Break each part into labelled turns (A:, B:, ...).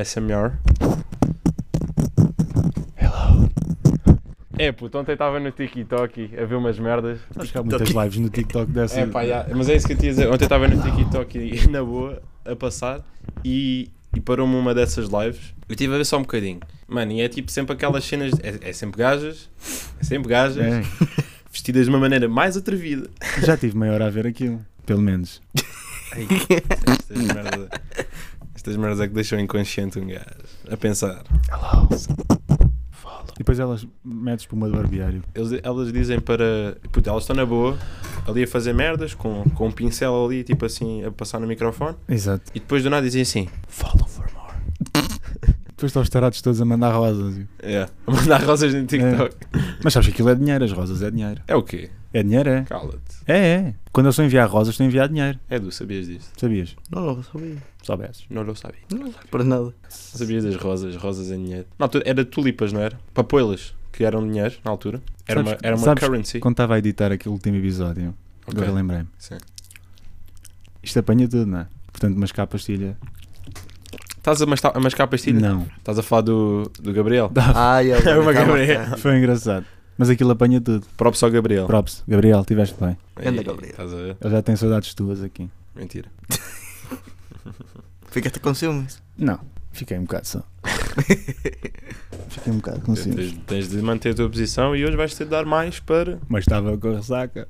A: ASMR. É, puto, ontem estava no TikTok a ver umas merdas.
B: Acho que há muitas lives no TikTok dessa.
A: É, pá, já. mas é isso que eu tinha a dizer. Ontem estava no TikTok e- na boa, a passar, e, e parou-me uma dessas lives. Eu estive a ver só um bocadinho. Mano, e é tipo sempre aquelas cenas. É, é sempre gajas, é sempre gajas,
B: É,
A: vestidas de uma maneira mais atrevida.
B: já tive meia hora a ver aquilo, pelo menos.
A: Ai, estas merdas. Estas merdas é que deixam inconsciente um gajo a pensar.
B: E depois elas metes para uma do barbeário.
A: Eles- elas dizem para. Puto, elas estão na boa, ali a fazer merdas, com, com um pincel ali, tipo assim, a passar no microfone,
B: Exato.
A: e depois do nada dizem assim: Follow for more.
B: Depois estão os tarados todos a mandar rosas.
A: É, a mandar rosas no TikTok.
B: Mas sabes que aquilo é dinheiro, as rosas é dinheiro.
A: É o quê?
B: É dinheiro, é.
A: Cala-te.
B: É, é. Quando eu sou enviar rosas, estou a enviar dinheiro.
A: É, du, sabias disto?
B: Sabias?
C: Não, não sabia.
B: Soubesses.
A: Não, não sabia.
C: Não sabia para nada.
A: Não sabias das rosas, rosas em dinheiro. Na altura era tulipas, não era? Papoilas, que eram dinheiro na altura. Era
B: Sabes-
A: uma, era uma
B: sabes-
A: currency.
B: Quando estava a editar aquele último episódio,
A: Ok.
B: agora lembrei-me.
A: Sim.
B: Isto apanha tudo, não é? Portanto, mas cá a pastilha.
A: Estás a mascar, a mascar pastilha?
B: Não.
A: Estás a falar do, do Gabriel?
C: Ai, é
A: É uma
C: calma,
A: Gabriel.
C: calma.
B: Foi engraçado. Mas aquilo apanha tudo.
A: Próprio só Gabriel.
B: Props. Gabriel, tiveste bem.
C: Anda,
A: Ei,
C: Gabriel.
A: Estás a ver?
B: Ele já tem saudades tuas aqui.
A: Mentira.
C: Fica-te com ciúmes.
B: Não. Fiquei um bocado só. Fiquei um bocado com ciúmes.
A: Tens, tens de manter a tua posição e hoje vais ter de dar mais para.
B: Mas estava com a ressaca.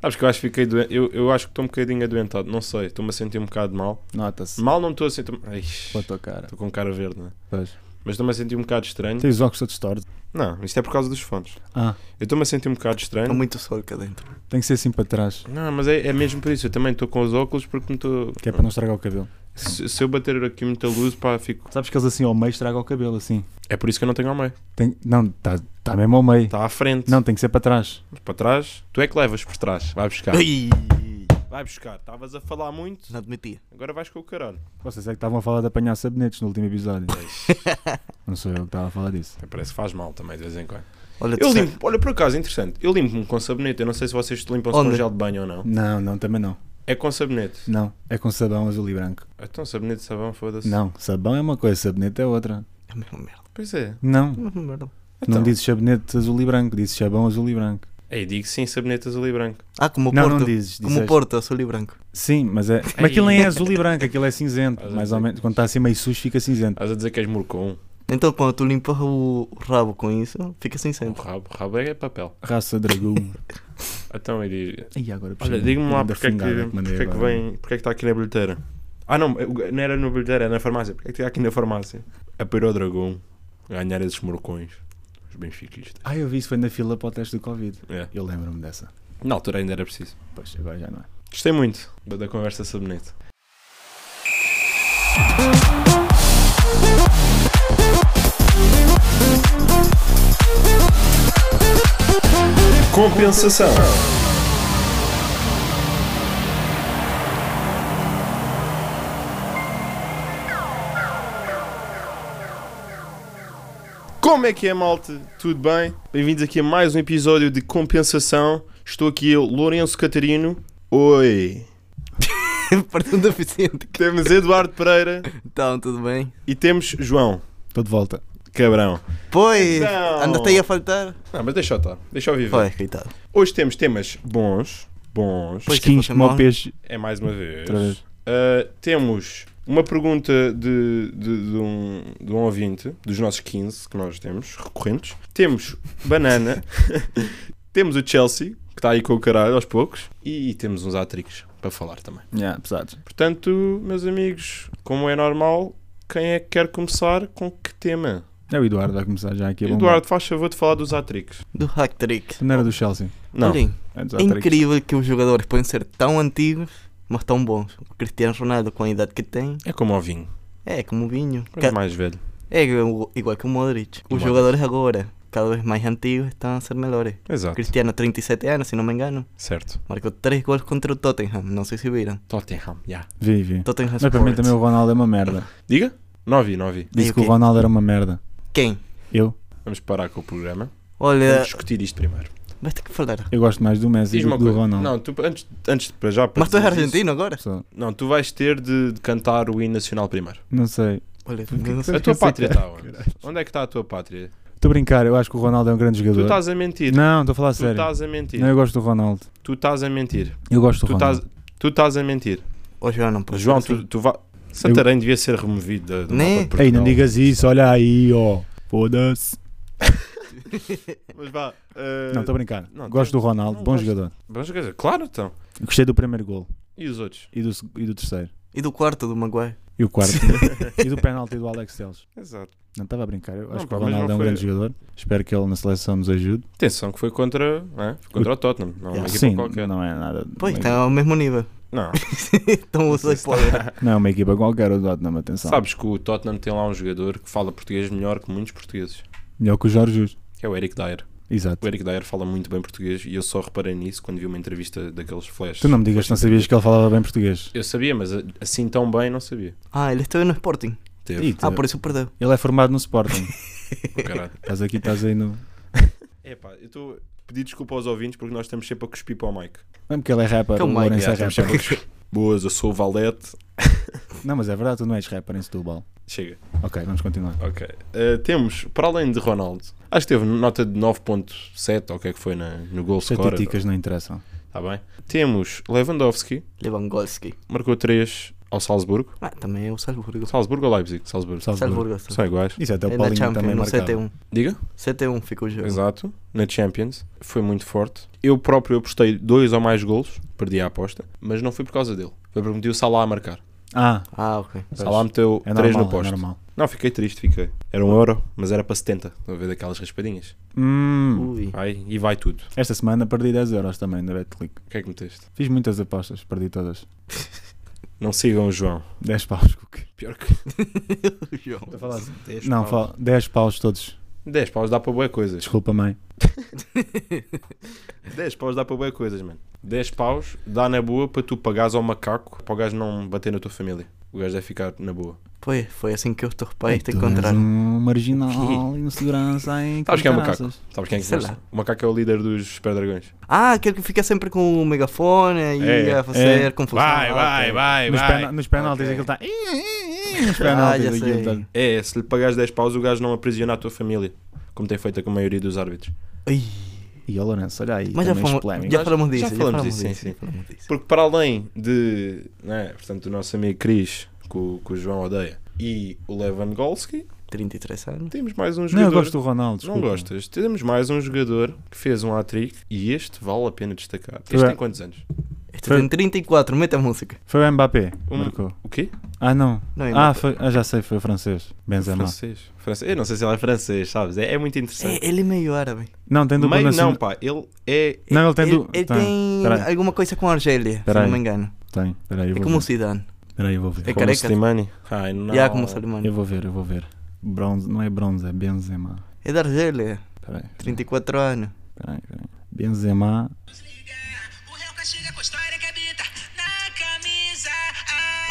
A: Sabes que eu acho que fiquei doente. Eu, eu acho que estou um bocadinho adoentado. Não sei, estou-me a sentir um bocado mal.
B: Nota-se.
A: Mal não estou a sentir. Ai,
B: Pela
A: Estou
B: tua cara.
A: com cara verde, não é?
B: Pois.
A: Mas estou-me a sentir um bocado estranho.
B: Tens os óculos todos tortos.
A: Não, isto é por causa dos fones.
B: Ah,
A: Eu estou-me a sentir um bocado
C: Está
A: estranho.
C: muito sol cá dentro.
B: tem que ser assim para trás.
A: Não, mas é, é mesmo por isso. Eu também estou com os óculos porque me estou.
B: Que é para não estragar o cabelo.
A: Se, se eu bater aqui muita luz, pá, fico.
B: Sabes que eles assim ao meio estragam o cabelo, assim.
A: É por isso que eu não tenho ao meio.
B: Tem... Não, está tá mesmo ao meio.
A: Está à frente.
B: Não, tem que ser para trás.
A: Mas Para trás, tu é que levas por trás. Vai buscar.
C: Ai,
A: Vai buscar. Estavas a falar muito,
C: não admitia.
A: agora vais com o caralho.
B: Vocês é que estavam a falar de apanhar sabonetes no último episódio. não sou eu que estava a falar disso.
A: Parece que faz mal também de vez em quando.
C: Olha,
A: Eu
C: tu sa-
A: limpo, olha por acaso, interessante. Eu limpo-me com sabonete. Eu não sei se vocês limpam-se
C: Onde?
A: com gel de banho ou não.
B: Não, não, também não.
A: É com sabonete.
B: Não, é com sabão azul e branco.
A: Então, sabonete de sabão, foda-se.
B: Não, sabão é uma coisa, sabonete é outra.
C: É a mesma merda.
A: Pois é.
B: Não,
C: É a mesma merda.
A: Então.
B: não dizes sabonete azul e branco, dizes sabão azul e branco.
A: Ei, digo sim, sabonete azul e branco.
C: Ah, como o
B: não,
C: Porto.
B: não dizes.
C: como
B: dizes-
C: o Porto, azul e branco.
B: Sim, mas é.
A: Ai.
B: Mas aquilo nem é azul e branco, aquilo é cinzento.
A: Estás a
B: Mais
A: dizer-
B: ou menos. Quando está assim meio sujo, fica cinzento.
A: Estás a dizer que és morcão?
C: Então, quando tu limpas o o rabo com isso, fica assim sem
A: O
C: centro.
A: rabo, o rabo é papel.
B: Raça dragão.
A: Então, eu digo...
B: e agora puxei
A: Olha,
B: uma
A: diga-me lá
B: grande
A: porque é que,
B: afungada mandei
A: porque é que
B: agora.
A: vem... Porque é que está aqui na bilheteira? Ah, não, eu- não era na bilheteira, era na farmácia. Porque é que está aqui na farmácia? A pôr ao dragão. Ganhar esses morcões. Os benfiquistas.
B: Ah, eu vi isso, foi na fila para o teste do Covid.
A: É.
B: Eu lembro-me dessa.
A: Na altura ainda era preciso.
B: Pois, agora já não é.
A: Gostei muito da conversa sabonete. Compensação. Como é que é, malte? Tudo bem? Bem-vindos aqui a mais um episódio de Compensação. Estou aqui eu, Lourenço Catarino. Oi.
C: Perdão um deficiente.
A: Temos Eduardo Pereira
C: Então, tudo bem?
A: e temos João
B: Estou de volta.
A: Cabrão.
C: Pois,
A: Então.
C: andaste aí a faltar?
A: Ah, mas deixa eu estar, deixa eu viver.
C: Foi, coitado.
A: Hoje temos temas bons, bons,
C: Pois.
B: Skins
C: fosse
B: como
C: mal.
B: o peixe.
A: é mais uma vez.
B: Outra vez.
A: Uh, temos uma pergunta de, de- de um, de um ouvinte, dos nossos 15 que nós temos, recorrentes. Temos Banana, temos o Chelsea, que está aí com o caralho aos poucos, e, temos uns atricos para falar também.
B: Yeah, pesados.
A: Portanto, meus amigos, como é normal, quem é que quer começar com que tema?
B: É o Eduardo, vai começar já aqui a bombar.
A: Eduardo, faz favor de falar dos atricos.
C: Do hack trick.
B: Não era do Chelsea.
A: Não,
C: Olhem,
B: É dos
C: é
B: Atrix.
C: incrível que os jogadores podem ser tão antigos, mas tão bons. O Cristiano Ronaldo, com a idade que tem,
A: é como ao vinho,
C: é como o vinho.
A: é
C: Ca-
A: mais velho.
C: É igual igual Eh, que o Modric. Os
A: Modric.
C: jogadores agora, cada vez mais antigos, estão a ser melhores.
A: Exato,
C: Cristiano, 37 anos, se não me engano,
A: certo.
C: marcou 3 gols contra o Tottenham. Não sei se viram.
A: Tottenham, já.
B: Vi, vi.
A: Então,
C: Tottenham
B: Mas para mim
C: Sports.
B: também o Ronaldo é uma merda.
A: Diga? Não vi, não vi.
B: Disse
C: o
B: que o
C: quê?
B: Ronaldo era uma merda.
C: Quem?
B: Eu?
A: Vamos parar com o programa.
C: Olha,
A: Eh, Vamos discutir isto primeiro.
C: Mas tem que falar.
B: Eu gosto mais do Messi
A: Diz
B: do
A: uma
B: que do
A: coisa.
B: Ronaldo.
A: Não, tu, antes, antes de- para já. para
C: Mas tu és
A: dizer isso-
C: argentino agora?
B: Só-
A: Não, tu vais ter de, de cantar o hino nacional primeiro.
B: não sei.
C: Olha,
A: A tua
B: Eu sei
A: pátria
B: que-
A: está onde? Onde é que está a tua pátria?
B: Estou a brincar, eu acho que o Ronaldo é um grande
A: Tu
B: jogador.
A: estás a mentir.
B: Não, estou a falar
A: tu
B: sério.
A: estás a mentir.
B: Não, eu gosto do Ronaldo.
A: Tu estás a mentir.
B: Eu gosto do
A: Tu
B: Ronaldo.
A: estás, tu estás a mentir.
C: Ô João, não pode
A: João,
C: ser assim.
A: tu, tu vá. Santarém devia ser removido da, do
C: Né?
A: mapa de Portugal.
B: Ei, não digas isso, olha aí, ó. Foda-se.
A: Mas vá.
B: Não, tá estou a brincar.
A: Eh, não,
B: gosto do
A: tem-
B: Ronaldo,
A: não
B: bom
A: gosto.
B: jogador.
A: Vamos quer dizer, claro então.
B: Eu Gostei do primeiro gol
A: E os outros?
B: e do, seg- e do terceiro.
C: E do quarto do Maguire? Pues,
B: E o quarto. e do penalti do Alex Telles.
A: Exato.
B: Não estava a brincar, eu
A: Não,
B: acho que o
A: pá, mas
B: Ronaldo
A: não
B: é um
A: foi-
B: grande jogador. Espero que ele na seleção nos ajude.
A: Atenção que foi contra, não é? Foi contra o Tottenham, não é uma equipa
B: Ah, Sim,
A: qualquer.
B: não é nada.
C: Pois,
B: uma
C: tá. está ao mesmo nível.
A: Não.
C: Então os dois podem.
B: Não é uma equipa qualquer, o Tottenham, atenção.
A: Sabes que o Tottenham tem lá um jogador que fala português melhor que muitos portugueses.
B: Melhor que o Jorge Jus.
A: Que é o Eric Dyer.
B: Exato.
A: O Eric Dyer fala muito bem português e eu só reparei nisso quando vi uma entrevista daqueles flash.
B: Tu não me digas que não sabias que ele falava bem português.
A: Eu sabia, mas a- assim tão bem não sabia.
C: Ah, ele esteve no Sporting.
A: Teve.
B: Ih,
C: Ah, por isso perdeu.
B: Ele é formado no Sporting.
A: pô, caralho.
B: Estás aqui, estás aí no.
A: É pá, eu estou a pedir desculpa aos ouvintes porque nós estamos sempre a cuspir para o Mike.
B: Mesmo que ele é rapper,
C: Que é o
B: o
C: Mike,
B: Lourenço
A: Yeah,
B: é
A: estamos
B: rapper.
A: sempre a cuspir. Boas, eu sou o Valete.
B: Não, mas é verdade, tu não és rapper em Setúbal.
A: Chega.
B: Ok, vamos continuar.
A: Ok. Eh, temos, para além de Ronaldo, acho que teve nota de 9.7, ou o que é que foi na, no gol score.
B: Estatísticas não interessam.
A: Tá bem. Temos Lewandowski,
C: Lewandowski.
A: marcou 3 ao Salzburgo.
C: Ah, também é o Salzburgo.
A: Salzburgo ou Leipzig? Salzburgo.
B: Salzburgo.
C: Salzburgo.
A: São iguais.
B: Isso até o
C: É na
B: Paulinho também
C: Champions, no
B: marcava.
C: 7-1.
A: Diga?
C: 7-1 fica o jogo.
A: Exato. Na Champions. Foi muito forte. Eu próprio apostei dois ou mais golos. Perdi a aposta. Mas não foi por causa dele. Foi porque meti o Salah a marcar.
B: Ah,
C: Ah, ok.
A: O Salah meteu
B: é
A: 3
B: normal,
A: no
B: é
A: posto.
B: normal.
A: não, fiquei triste, fiquei. Era um euro, mas era para 70. Estão a ver daquelas raspadinhas.
B: Hum,
C: Ui.
A: Vai e vai tudo.
B: esta semana perdi 10 euros também na BetClick.
A: O que é que meteste?
B: Fiz muitas apostas, perdi todas.
A: Não sigam o João.
B: 10 paus, Cook.
A: Pior que
C: O João.
B: Não, fala, 10 paus todos.
A: 10 paus dá para boa coisas.
B: Desculpa, mãe.
A: 10 paus dá para boa coisas, mano. 10 paus dá na boa para tu pagares ao macaco para o gajo não bater na tua família. O gajo deve ficar na boa.
C: Foi, foi assim que os teus pais te
B: Tu és
C: encontraram.
B: Um marginal
A: Quê?
B: e um segurança em
A: Sabes quem é
B: caraças.
A: Sabes quem é que
C: Sei
A: gosta?
C: lá.
A: O macaco é o líder dos Super Dragões.
C: Ah, aquele que fica sempre com o megafone e
A: É,
C: a fazer
B: é.
C: confusão. Ah, ok.
A: vai,
B: Nos, pena- nos penaltis
C: Ok.
B: aquilo tá- está. Nos
C: Ah,
B: penaltis
C: já
B: aquilo tá-
C: sei.
B: está.
A: É, se lhe pagares 10 paus, o gajo não aprisiona a tua família. Como tem feito com a maioria dos árbitros.
C: Ai,
B: E o Lourenço, olha aí,
C: Mas já,
B: também
C: famo-
B: és polémico.
C: já falamos disso.
A: Já falamos disso, sim, sim.
C: já falamos disso.
A: Porque para além de, né, portanto, o nosso amigo Cris, que o, que o João odeia, e o Lewandowski,
C: 33 anos.
A: temos mais um
B: Não,
A: jogador.
B: eu gosto do Ronaldo, desculpa.
A: Não gostas? Temos mais um jogador que fez um hat-trick e este vale a pena destacar. Este
B: Ué.
A: tem quantos anos?
C: Este
B: Foi-
C: tem 34, mete a música.
B: Foi o Mbappé,
A: Um-
B: marcou.
A: O quê?
B: Ah, não.
C: Não, é
B: ah,
C: Mbappé.
B: foi- ah, já sei, foi o francês. Benzema.
A: Francês. francês. Eu não sei se ele é francês, sabes? É, é muito interessante.
C: É, ele é meio árabe.
B: Não, tem dupla
A: Meio não,
B: nacional.
A: pá. Ele é...
B: Não, ele tem
C: Ele,
B: du-
C: ele
B: tá,
C: tem
B: peraí.
C: alguma coisa com a Argélia, se
B: Peraí.
C: não me engano.
B: Tem, peraí, eu
C: É
B: vou
C: como o
B: ver.
C: Zidane.
B: Peraí, eu vou ver. assim?
C: É
A: Como
C: careca?
A: Slimani. Ai, não.
C: E há como o Salimani.
B: Eu vou ver, eu vou ver. Bronze, não é bronze, é Benzema.
C: É da Argélia,
B: Peraí,
C: 34 anos.
B: peraí, peraí. Benzema.
D: Liga, o Helca chega com história que habita na camisa.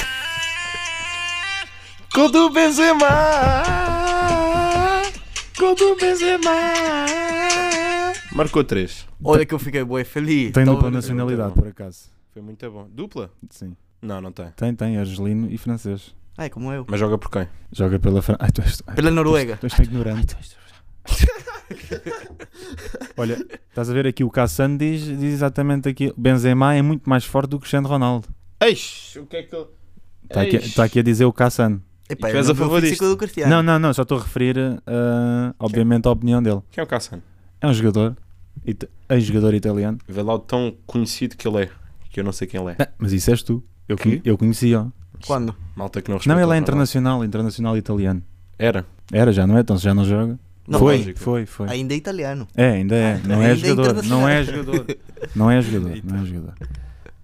D: Ah,
A: Gol do Benzema! Gol do Benzema! Marcou 3.
C: Olha que eu fiquei bué feliz.
B: Tem
C: Tô-
B: dupla nacionalidade, por acaso.
A: Foi muito bom. Dupla?
B: Sim.
A: Não, não tem.
B: Tem, tem, argelino e francês.
C: Ah, é como eu.
A: Mas joga por quem?
B: Joga pela França. Ai, tu és. ai,
C: Pela Noruega.
B: Tu és tão ignorante. Olha, estás a ver aqui o Cassan diz, diz exatamente aqui: Benzema é muito mais forte do que Cristiano Ronaldo.
A: Eis! O que é que ele...
B: Está Tá aqui,
A: Eis.
B: está aqui a dizer o Cassan.
C: Epá,
A: E tu
C: eu
A: és
C: não
A: a
C: vi o
A: favor
C: físico
A: disto?
C: do Cristiano.
B: Não, não, não, só estou a referir, ah, obviamente, à opinião dele.
A: Quem é o Cassan?
B: É um jogador, ita- ex-jogador italiano.
A: Vê lá o tão conhecido que ele é. Que eu não sei quem ele é.
B: Não, mas isso és tu. Eu,
A: Quê?
B: conhe- eu conhecia.
C: Quando?
A: Malta que não respeita.
B: Não, ele é
A: o Ronaldo.
B: internacional, internacional italiano.
A: Era.
B: Era, já não é? Então se já não joga.
C: Não,
B: foi,
A: lógico.
B: foi, foi.
C: Ainda é italiano.
B: É, ainda é. não, é
C: ainda é
B: jogador, não é jogador. Não é jogador.
A: Eita.
B: Não é jogador.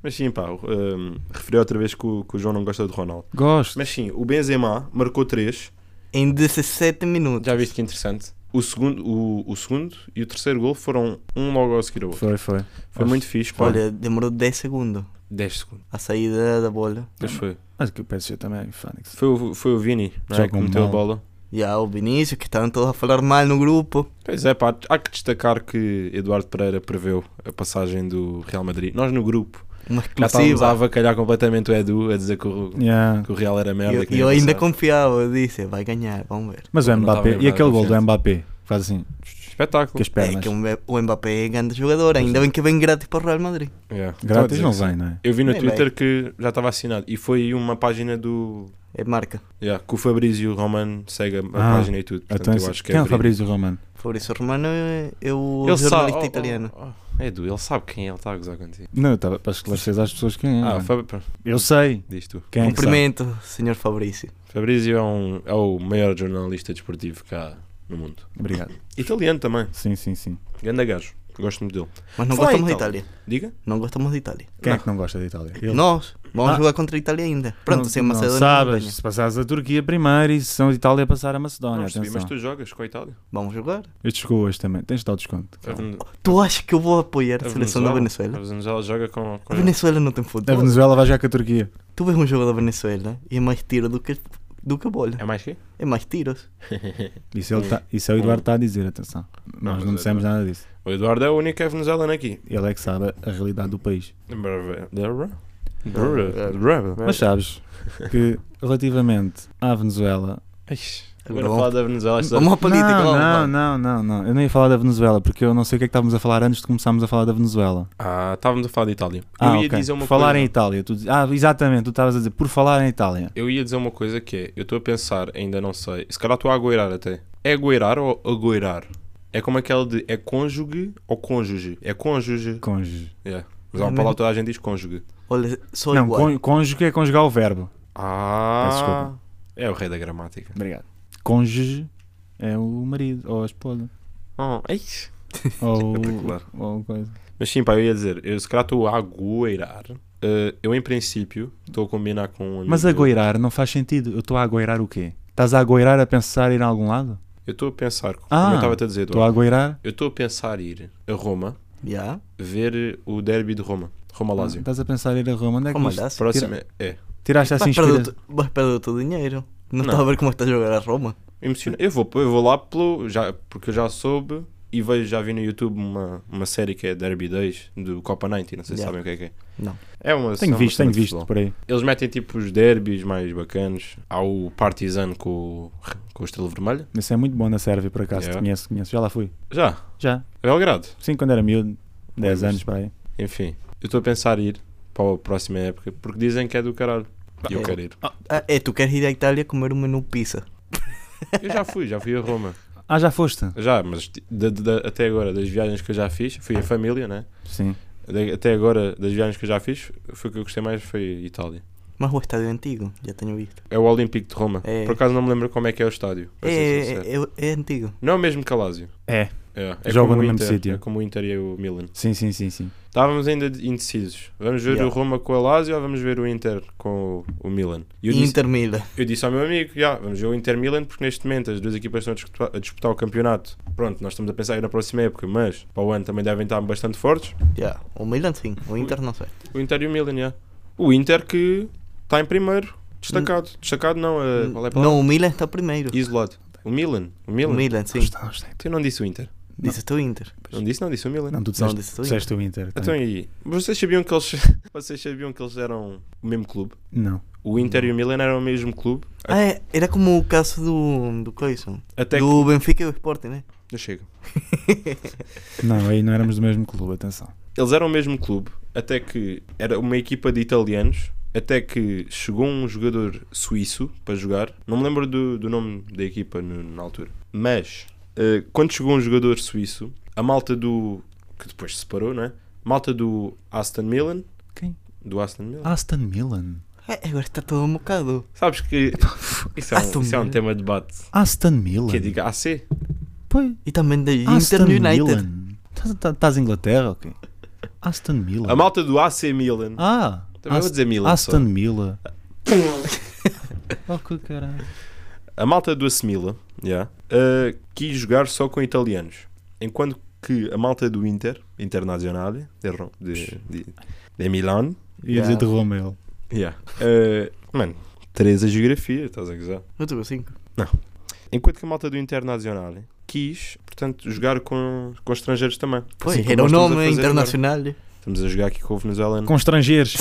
A: Mas sim, pá, hum, referi outra vez que o, que o João não gosta do Ronaldo.
B: Gosto.
A: Mas sim, o Benzema marcou 3.
C: Em 17 minutos.
A: Já viste que interessante. O segundo, o, o segundo e o terceiro gol foram um logo a seguir ao outro.
B: Foi, foi.
A: Foi
B: Acho-
A: muito fixe, pá.
C: Olha, demorou 10 Pues, segundos
A: 10 segundos.
C: a saída da bola.
A: Mas foi.
B: Mas que o PSG também é Fênix.
A: Foi o, foi o Vini, não é?
B: Jogam
A: Que meteu a
B: mal.
A: bola.
C: E há o Vinícius, que estavam todos a falar mal no grupo.
A: Pois é, pá, há que destacar que Eduardo Pereira preveu a passagem do Real Madrid. Nós no grupo Ah,
C: Uma
A: já estávamos a
C: exclusiva.
A: avacalhar completamente o Edu, a dizer que o,
B: Yeah.
A: que o Real era
C: E
A: merda.
C: eu,
A: que não ia
C: eu ainda
A: passar.
C: confiava, eu disse, vai ganhar, vamos ver.
B: Mas o
A: Não estava
B: Mbappé, e
A: lembrado,
B: aquele gol do
A: confiante.
B: Mbappé? Faz assim, com
A: Espetáculo.
B: as
C: É
B: pernas.
C: que o Mbe- o Mbappé é grande jogador, ainda bem que vem grátis para o Real Madrid.
A: Yeah. Então, Estava a
B: Grátis
A: dizer
B: não
A: que sim.
B: vem, não é?
A: Eu vi no
C: Nem
A: Twitter que já estava assinado. E foi uma página do.
C: É marca.
A: Yeah, que o Fabrício Romano segue a
B: Ah,
A: página e tudo. Portanto,
B: Então,
A: eu
B: esse-
A: acho que
B: quem é o
A: verídico.
B: Fabrício Romano?
C: Fabrício Romano é é o
A: Ele
C: jornalista
A: sabe-
C: italiano.
A: Oh, oh, oh, Edu, ele sabe quem é, ele está a gozar contigo.
B: Não, eu estava para esclarecer às pessoas quem é.
A: Ah,
B: mano.
A: Fab... pá,
B: Eu sei.
A: diz tu.
B: Quem é que sabe?
C: Cumprimento, senhor Fabrício.
A: Fabrício é, um, é o maior jornalista desportivo cá no mundo.
B: Obrigado.
A: Italiano também.
B: Sim, sim, sim.
A: Ganda gajo. Gosto muito dele.
C: Mas não
A: Fala
C: gostamos
A: então.
C: de Itália.
A: Diga?
C: Não gostamos de Itália.
B: Quem é
A: Não.
B: que não gosta da Itália? Eu.
C: Nós vamos
B: Ah.
C: jogar contra a Itália ainda. Pronto,
B: não,
C: sem
B: não
C: Macedónia. não
B: sabes,
C: ganha.
B: se passares a Turquia primeiro e se são de Itália passar a Macedónia.
A: não percebi,
B: atenção.
A: mas tu jogas com a Itália?
C: Vamos jogar.
B: Este chegou hoje também. Tens de dar o desconto.
A: A Vene-
C: Tu achas que eu vou apoiar a
A: a
C: seleção da Venezuela?
A: A Venezuela joga com. com
C: A Venezuela não tem
B: A
C: futebol.
B: Venezuela vai jogar com a Turquia.
C: Tu vês um jogo da Venezuela e é mais tiro do que, do que bola.
A: É mais que?
C: É mais tiros.
B: Isso, ele tá- isso é o Eduardo está a dizer, atenção. Nós
A: mas
B: não
A: é-
B: dissemos nada disso.
A: O Eduardo é o único que é venezuelano aqui.
B: Ele é que sabe a realidade do país.
A: Brava-
C: Brava.
A: Brava. Brava.
B: é, Mas sabes que relativamente à Venezuela.
A: Ixi,
C: Agora
A: Agora falar da Venezuela. só-
C: Vamos à política.
B: não,
C: vamos,
B: não,
C: vamos.
B: não, não, não. Eu não ia falar da Venezuela porque eu não sei o que é que estávamos a falar antes de começarmos a falar da Venezuela.
A: Ah, estávamos a falar de Itália.
B: Ah,
A: eu ia
B: ok.
A: dizer uma
B: por falar
A: coisa.
B: em Itália. Tu, diz- ah, exatamente, tu estavas a dizer por falar em Itália.
A: Eu ia dizer uma coisa que é, eu estou a pensar, ainda não sei. Se calhar estou a agoirar até. É agoirar ou agoirar? É como aquele de é cônjuge ou cônjuge? É cônjuge.
B: Cônjuge.
A: Yeah. Mas há uma
C: Também-
A: palavra que toda a gente diz cônjuge.
C: Olha, sou
B: não,
C: igual.
B: con- cônjuge é conjugar o verbo. Peço
A: Ah,
B: desculpa.
A: é o rei da gramática.
B: Obrigado. Cônjuge é o marido ou a esposa. Ah,
A: Oh,
B: é
A: ei.
B: ou,
A: É particular.
B: ou coisa.
A: Mas sim, pá, eu ia dizer, eu se calhar estou a agoirar. Eh, eu em princípio estou a combinar com um amigo
B: Mas
A: meu.
B: agoirar não faz sentido. Eu estou a agoirar o quê? Estás a agoirar a pensar em ir a algum lado?
A: Eu estou a pensar, como
B: Ah,
A: eu estava a dizer,
B: Estou a
A: Eduardo,
B: agoirar?
A: eu estou a pensar ir a Roma
C: Já?
A: ver eh, o derby de Roma, Roma-Lásio.
B: Estás a pensar em ir a Roma? Onde é que
C: Como
B: isto-
C: olhasse?
A: Próximo é- é.
B: Tiraste essa
C: Vais perder, o
B: inspiração?
C: teu- vais perder o teu dinheiro. Não,
A: Não.
C: estás a ver como estás a jogar a Roma?
A: Emociona. é Eu vou, eu vou lá pelo, já, porque eu já soube e vejo, já vi no YouTube uma, uma série que é Derby Days do Copa 90, não sei se
C: Yeah.
A: sabem o que é que é.
C: Não.
A: É uma
B: Tenho
A: é uma
B: visto,
A: cena
B: tenho
A: de
B: visto
A: futebol.
B: por aí.
A: Eles metem tipo os derbys mais bacanos. Há o Partizan com, o- com o Estrela Vermelha.
B: Isso é muito bom na Sérvia, por acaso.
A: Yeah.
B: Conheço, conheço. Já lá fui.
A: Já, é
B: Já.
A: Belgrado.
B: Sim, quando era miúdo. 10
A: Lembras-te?
B: anos para aí.
A: Enfim, eu estou a pensar em ir para a próxima época porque dizem que é do caralho. E eu
C: É.
A: quero ir.
C: Ah, é, tu queres ir à Itália comer um menu pizza.
A: Eu já fui, já fui a Roma.
B: Ah, já foste?
A: Já, mas da- da- até agora, das viagens que eu já fiz, fui a família, né?
B: Sim.
A: Da- Até agora, das viagens que eu já fiz, foi o que eu gostei mais foi Itália.
C: Mas o estádio é antigo, já tenho visto.
A: É o Olímpico de Roma.
C: É.
A: Por acaso não me lembro como é que é o estádio.
C: É,
A: para ser sincero.
C: é, é, é antigo.
A: Não é o mesmo que a Lazio.
B: É.
A: É,
B: Jogam
A: como
B: no
A: o
B: mesmo
A: Inter,
B: sítio.
A: É como o Inter e o Milan.
B: Sim, sim, sim, sim.
A: Estávamos ainda de- indecisos. Vamos ver
C: Yeah.
A: o Roma com a Lazio ou vamos ver o Inter com o- o Milan? E Eu disse,
C: Inter Milan.
A: eu disse ao meu amigo, "Ya, vamos ver o Inter Milan porque neste momento as duas equipas estão a disputar, a disputar o campeonato. Pronto, nós estamos a pensar aí na próxima época, mas para o ano também devem estar bastante fortes.
C: Já. O Milan sim, o Inter não sei.
A: O Inter e o Milan, já. O Inter que está em primeiro, destacado. Destacado não, é, qual é a palavra?
C: Hum, Não, o Milan está primeiro.
A: Isolado. O Milan, o
C: O
A: Milan.
C: Milan, sim.
B: Gostei, gostei.
A: Tu não disse o Inter.
C: Disse o Inter.
A: Não disse, não disse o Milan.
B: Não, tu
C: Não,
B: disseste,
C: disse o Inter.
B: disseste o Inter. tá.
A: Então e vocês sabiam que eles vocês sabiam que eles eram o mesmo clube?
B: Não.
A: O Inter e o Milan eram o mesmo clube.
C: Ah, é, era como o caso do, do Coison.
A: Até
C: do Benfica e o Sporting, né?
A: que não chega.
B: Não, aí não éramos do mesmo clube, atenção.
A: Eles eram o mesmo clube até que era uma equipa de italianos. Até que chegou um jogador suíço para jogar. Não me lembro do, do nome da equipa no- na altura. Mas eh, quando chegou um jogador suíço, a malta do. que depois se separou, não é? Malta do Aston Milan.
B: Quem?
A: Do Aston Milan.
B: Aston Milan.
C: É, agora Eh, está todo mocado.
A: Sabes que isso é
C: Aston
A: um, isso é um
C: Villa.
A: tema de debate.
B: Aston Milan.
A: Que é eu diga AC?
B: Pois.
C: E também da Inter
B: Ah, Aston
C: United.
B: Milan. Estás- tá- Estás em Inglaterra, ok? Aston Milan.
A: A malta do AC Milan.
B: Ah!
A: Também vou
B: Ast-
A: dizer Milan só.
B: Aston Milan. oh, que caralho.
A: A malta do AC Milan yeah, uh, quis jogar só com italianos. Enquanto que a malta do Inter, Internazionale, de, Ro- de, de, de Milan, eh,
B: Ia dizer
C: Yeah.
B: de Roma ele.
A: yeah, uh, mano, três a geografia, estás a gozar.
C: Eu estou com 5.
A: Enquanto que a malta do Internacional quis, portanto, jogar com, com os estrangeiros também.
C: Pois,
A: Assim como
C: era o
A: nós estamos a
C: nome
A: fazer agora.
C: internacional. ¿eh?
A: Estamos a jogar aqui com o venezuelano
B: Com estrangeiros.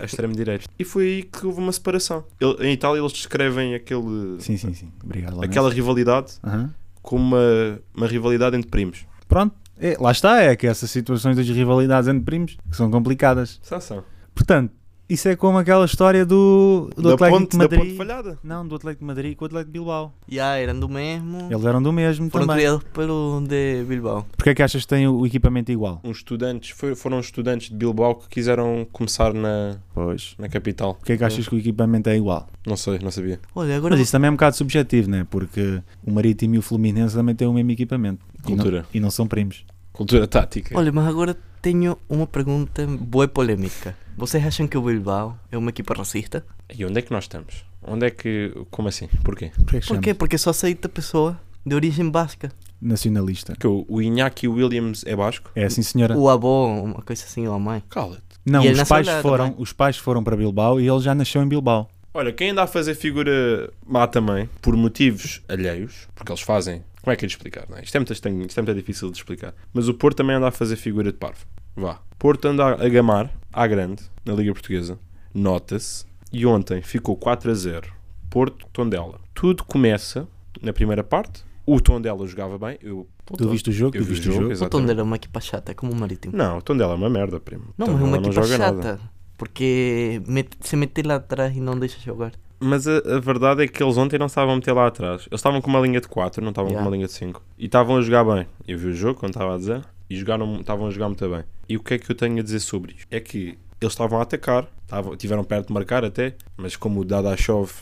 A: a extremo-direito. E foi aí que houve uma separação. Ele- em Itália eles descrevem aquele,
B: sim, sim, sim. Obrigado, Lourenço.
A: aquela rivalidade
B: Aham.
A: como uma, uma rivalidade entre primos.
B: Pronto. É, lá está, é que essas situações das rivalidades entre primos que são complicadas.
A: São, são.
B: Portanto, isso é como aquela história do, do
A: Da
B: Atlético
A: ponte,
B: de
A: da
B: Madrid.
A: ponte falhada.
B: Não, do Atlético de Madrid com o Atlético de Bilbao.
C: Já, eram do mesmo.
B: Eles eram do mesmo
C: Hum. Foram
B: também.
C: criados pelo de Bilbao.
B: Porquê é que achas que têm o equipamento igual?
A: Uns estudantes, foi- foram uns estudantes de Bilbao que quiseram começar na,
B: Pois.
A: na capital.
B: Porquê é que achas que o equipamento é igual?
A: Não sei, não sabia.
C: Olha, agora
B: Mas isso também é um bocado subjetivo, né? Porque o Marítimo e o Fluminense também têm o mesmo equipamento. E não-
A: Cultura.
B: E não são primos.
A: Cultura tática.
C: Olha, mas agora tenho uma pergunta boa e polêmica. Vocês acham que o Bilbao é uma equipa racista?
A: E onde é que nós estamos? Onde é que. Como assim? Porquê?
B: Porquê é que
C: Por
B: chamas?
C: quê? Porque só aceita pessoa de origem basca.
B: Nacionalista.
A: Porque o o Iñaki Williams é basco?
B: É assim, senhora.
C: O avô, uma coisa assim, ou a mãe.
A: Cala-te.
B: Não,
C: E ele
B: os
C: nasceu
B: pais,
C: lá
B: foram,
C: também.
B: os pais foram para Bilbao e ele já nasceu em Bilbao.
A: Olha, quem anda a fazer figura má também, por motivos alheios, porque eles fazem. Como é que é de explicar? Não é? Isto, é muito estranho, isto é muito difícil de explicar. Mas o Porto também anda a fazer figura de parvo. Vá. Porto anda a gamar à grande na Liga Portuguesa. Nota-se. E ontem ficou 4 a 0. Porto, Tondela. Tudo começa na primeira parte. O Tondela jogava bem. Eu,
B: Tu viste o jogo?
A: eu
B: tu
A: vi
B: viste o jogo?
C: O
A: exatamente.
C: Tondela é uma equipa chata, é como o Marítimo.
A: Não, o Tondela é uma merda, primo.
C: Não, mas é
A: Tondela
C: uma equipa
A: joga
C: chata.
A: nada.
C: Porque met- se meter lá atrás e não deixa jogar.
A: Mas a, a verdade é que eles ontem não estavam a meter lá atrás. Eles estavam com uma linha de 4, não estavam
C: Yeah.
A: com uma linha de 5. E estavam a jogar bem. Eu vi o jogo, como estava a dizer, e jogaram, estavam a jogar muito bem. E o que é que eu tenho a dizer sobre isto? É que eles estavam a atacar, estavam, tiveram perto de marcar até, mas como o Dada chove,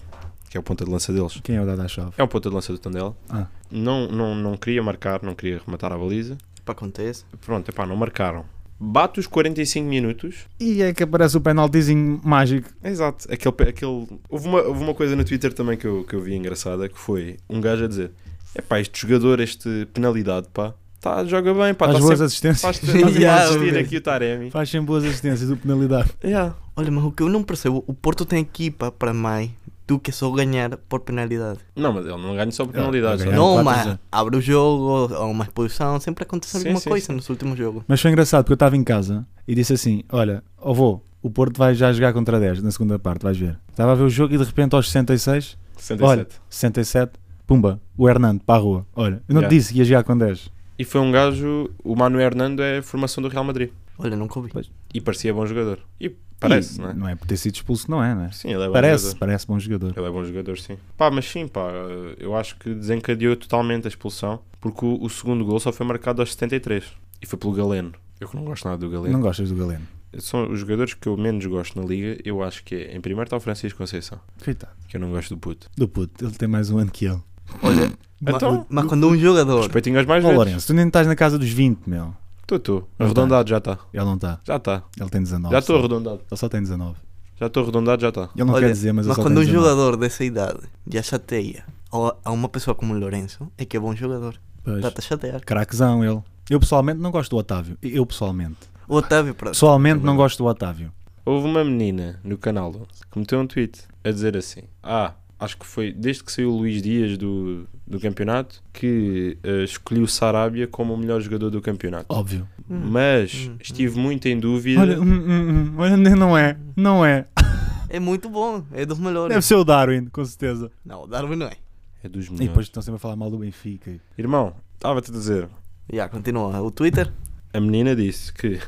A: que é o ponta de lança deles,
B: Quem é o Dada Chove?
A: é o ponta de lança do Tandela,
B: Ah.
A: não, não, não queria marcar, não queria rematar a baliza.
C: Pá, acontece.
A: Pronto, epá, não marcaram. Bate os 45 minutos
B: E é que aparece o penaltizinho mágico.
A: Exato, aquele, pe- aquele... Houve, uma, houve uma coisa no Twitter também que eu, que eu vi engraçada que foi um gajo a dizer: é pá, este jogador, este penalidade, pá, tá, joga bem, pá,
B: Faz
A: tá
B: boas
A: sempre...
B: assistências.
A: Faz faz sempre a
C: Yeah,
A: assistir
C: velho.
A: aqui o Taremi.
B: Faz sempre boas assistências do penalidade.
A: Yeah.
C: Olha, mas o que eu não percebo, o Porto tem equipa para mais do que só ganhar por penalidade.
A: Não, mas ele não ganha só por né?
B: Yeah,
A: penalidades.
B: ok.
A: não.
C: não,
B: É, quatro a
C: mas
B: zero.
C: abre o jogo, ou uma expulsão, sempre acontece
A: Sim,
C: alguma
A: sim,
C: coisa
A: sim.
C: nos últimos jogos.
B: Mas foi engraçado porque eu estava em casa e disse assim: Olha, avô, o Porto vai já jogar contra 10 na segunda parte, vais ver. Estava a ver o jogo e de repente aos 66,
A: 67.
B: olha, 67, pumba, o Hernando para a rua. Olha, eu não te
A: Yeah.
B: disse que ia jogar com 10.
A: E foi um gajo, o Manuel Hernando é a formação do Real Madrid.
C: Olha, nunca ouvi.
B: Pois.
A: E parecia bom jogador. E parece,
B: E
A: não é?
B: Não é por ter sido expulso, não é, não é?
A: Sim, ele é bom
B: Parece,
A: jogador.
B: parece bom jogador.
A: Ele é bom jogador, sim. Pá, mas sim, pá, eu acho que desencadeou totalmente a expulsão, porque o, o segundo gol só foi marcado aos 73 e foi pelo Galeno. Eu que não gosto nada do Galeno.
B: Não gostas do Galeno?
A: São os jogadores que eu menos gosto na liga, eu acho que é, em primeiro está o Francisco Conceição,
B: Coitado.
A: que eu não gosto do puto.
B: Do puto, ele tem mais um ano que ele.
C: Olha, ma-
A: Então,
C: mas, quando um jogador.
A: respeitinho aos mais
B: Ó
A: velhos.
B: Lourenço, tu nem estás na casa dos 20, meu.
A: Estou, estou.
B: Não tá.
A: Arredondado, já está.
B: Ele não está.
A: Já está.
B: Ele tem 19.
A: Já estou
B: só.
A: arredondado.
B: Ele só tem 19.
A: Já estou arredondado, já tá. está.
B: Ele não
C: Olha,
B: quer dizer, mas,
C: mas
B: ele só
C: quando um
B: tem 19.
C: jogador dessa idade já chateia a, a uma pessoa como o Lourenço, é que é bom jogador.
B: Pois.
C: Dá-te a chatear.
B: Craquezão ele. Eu pessoalmente não gosto do Otávio. Eu pessoalmente.
C: O Otávio, pronto.
B: Pessoalmente não gosto do Otávio.
A: Houve uma menina no canal 11 que meteu um tweet a dizer assim: Ah, acho que foi desde que saiu o Luís Dias do, do campeonato que eh, escolhi o Sarabia como o melhor jogador do campeonato.
B: Óbvio.
C: Hum,
A: Mas
C: hum,
A: estive muito em dúvida.
B: Olha, hum, hum, hum, olha, nem- não é. Não é.
C: É muito bom, é dos melhores.
B: Deve ser o Darwin, com certeza.
C: Não, o Darwin não é.
A: É dos
B: E depois
A: melhores.
B: estão sempre a falar mal do Benfica.
A: Irmão, estava-te a dizer:
C: Já, continua. O Twitter,
A: a menina disse que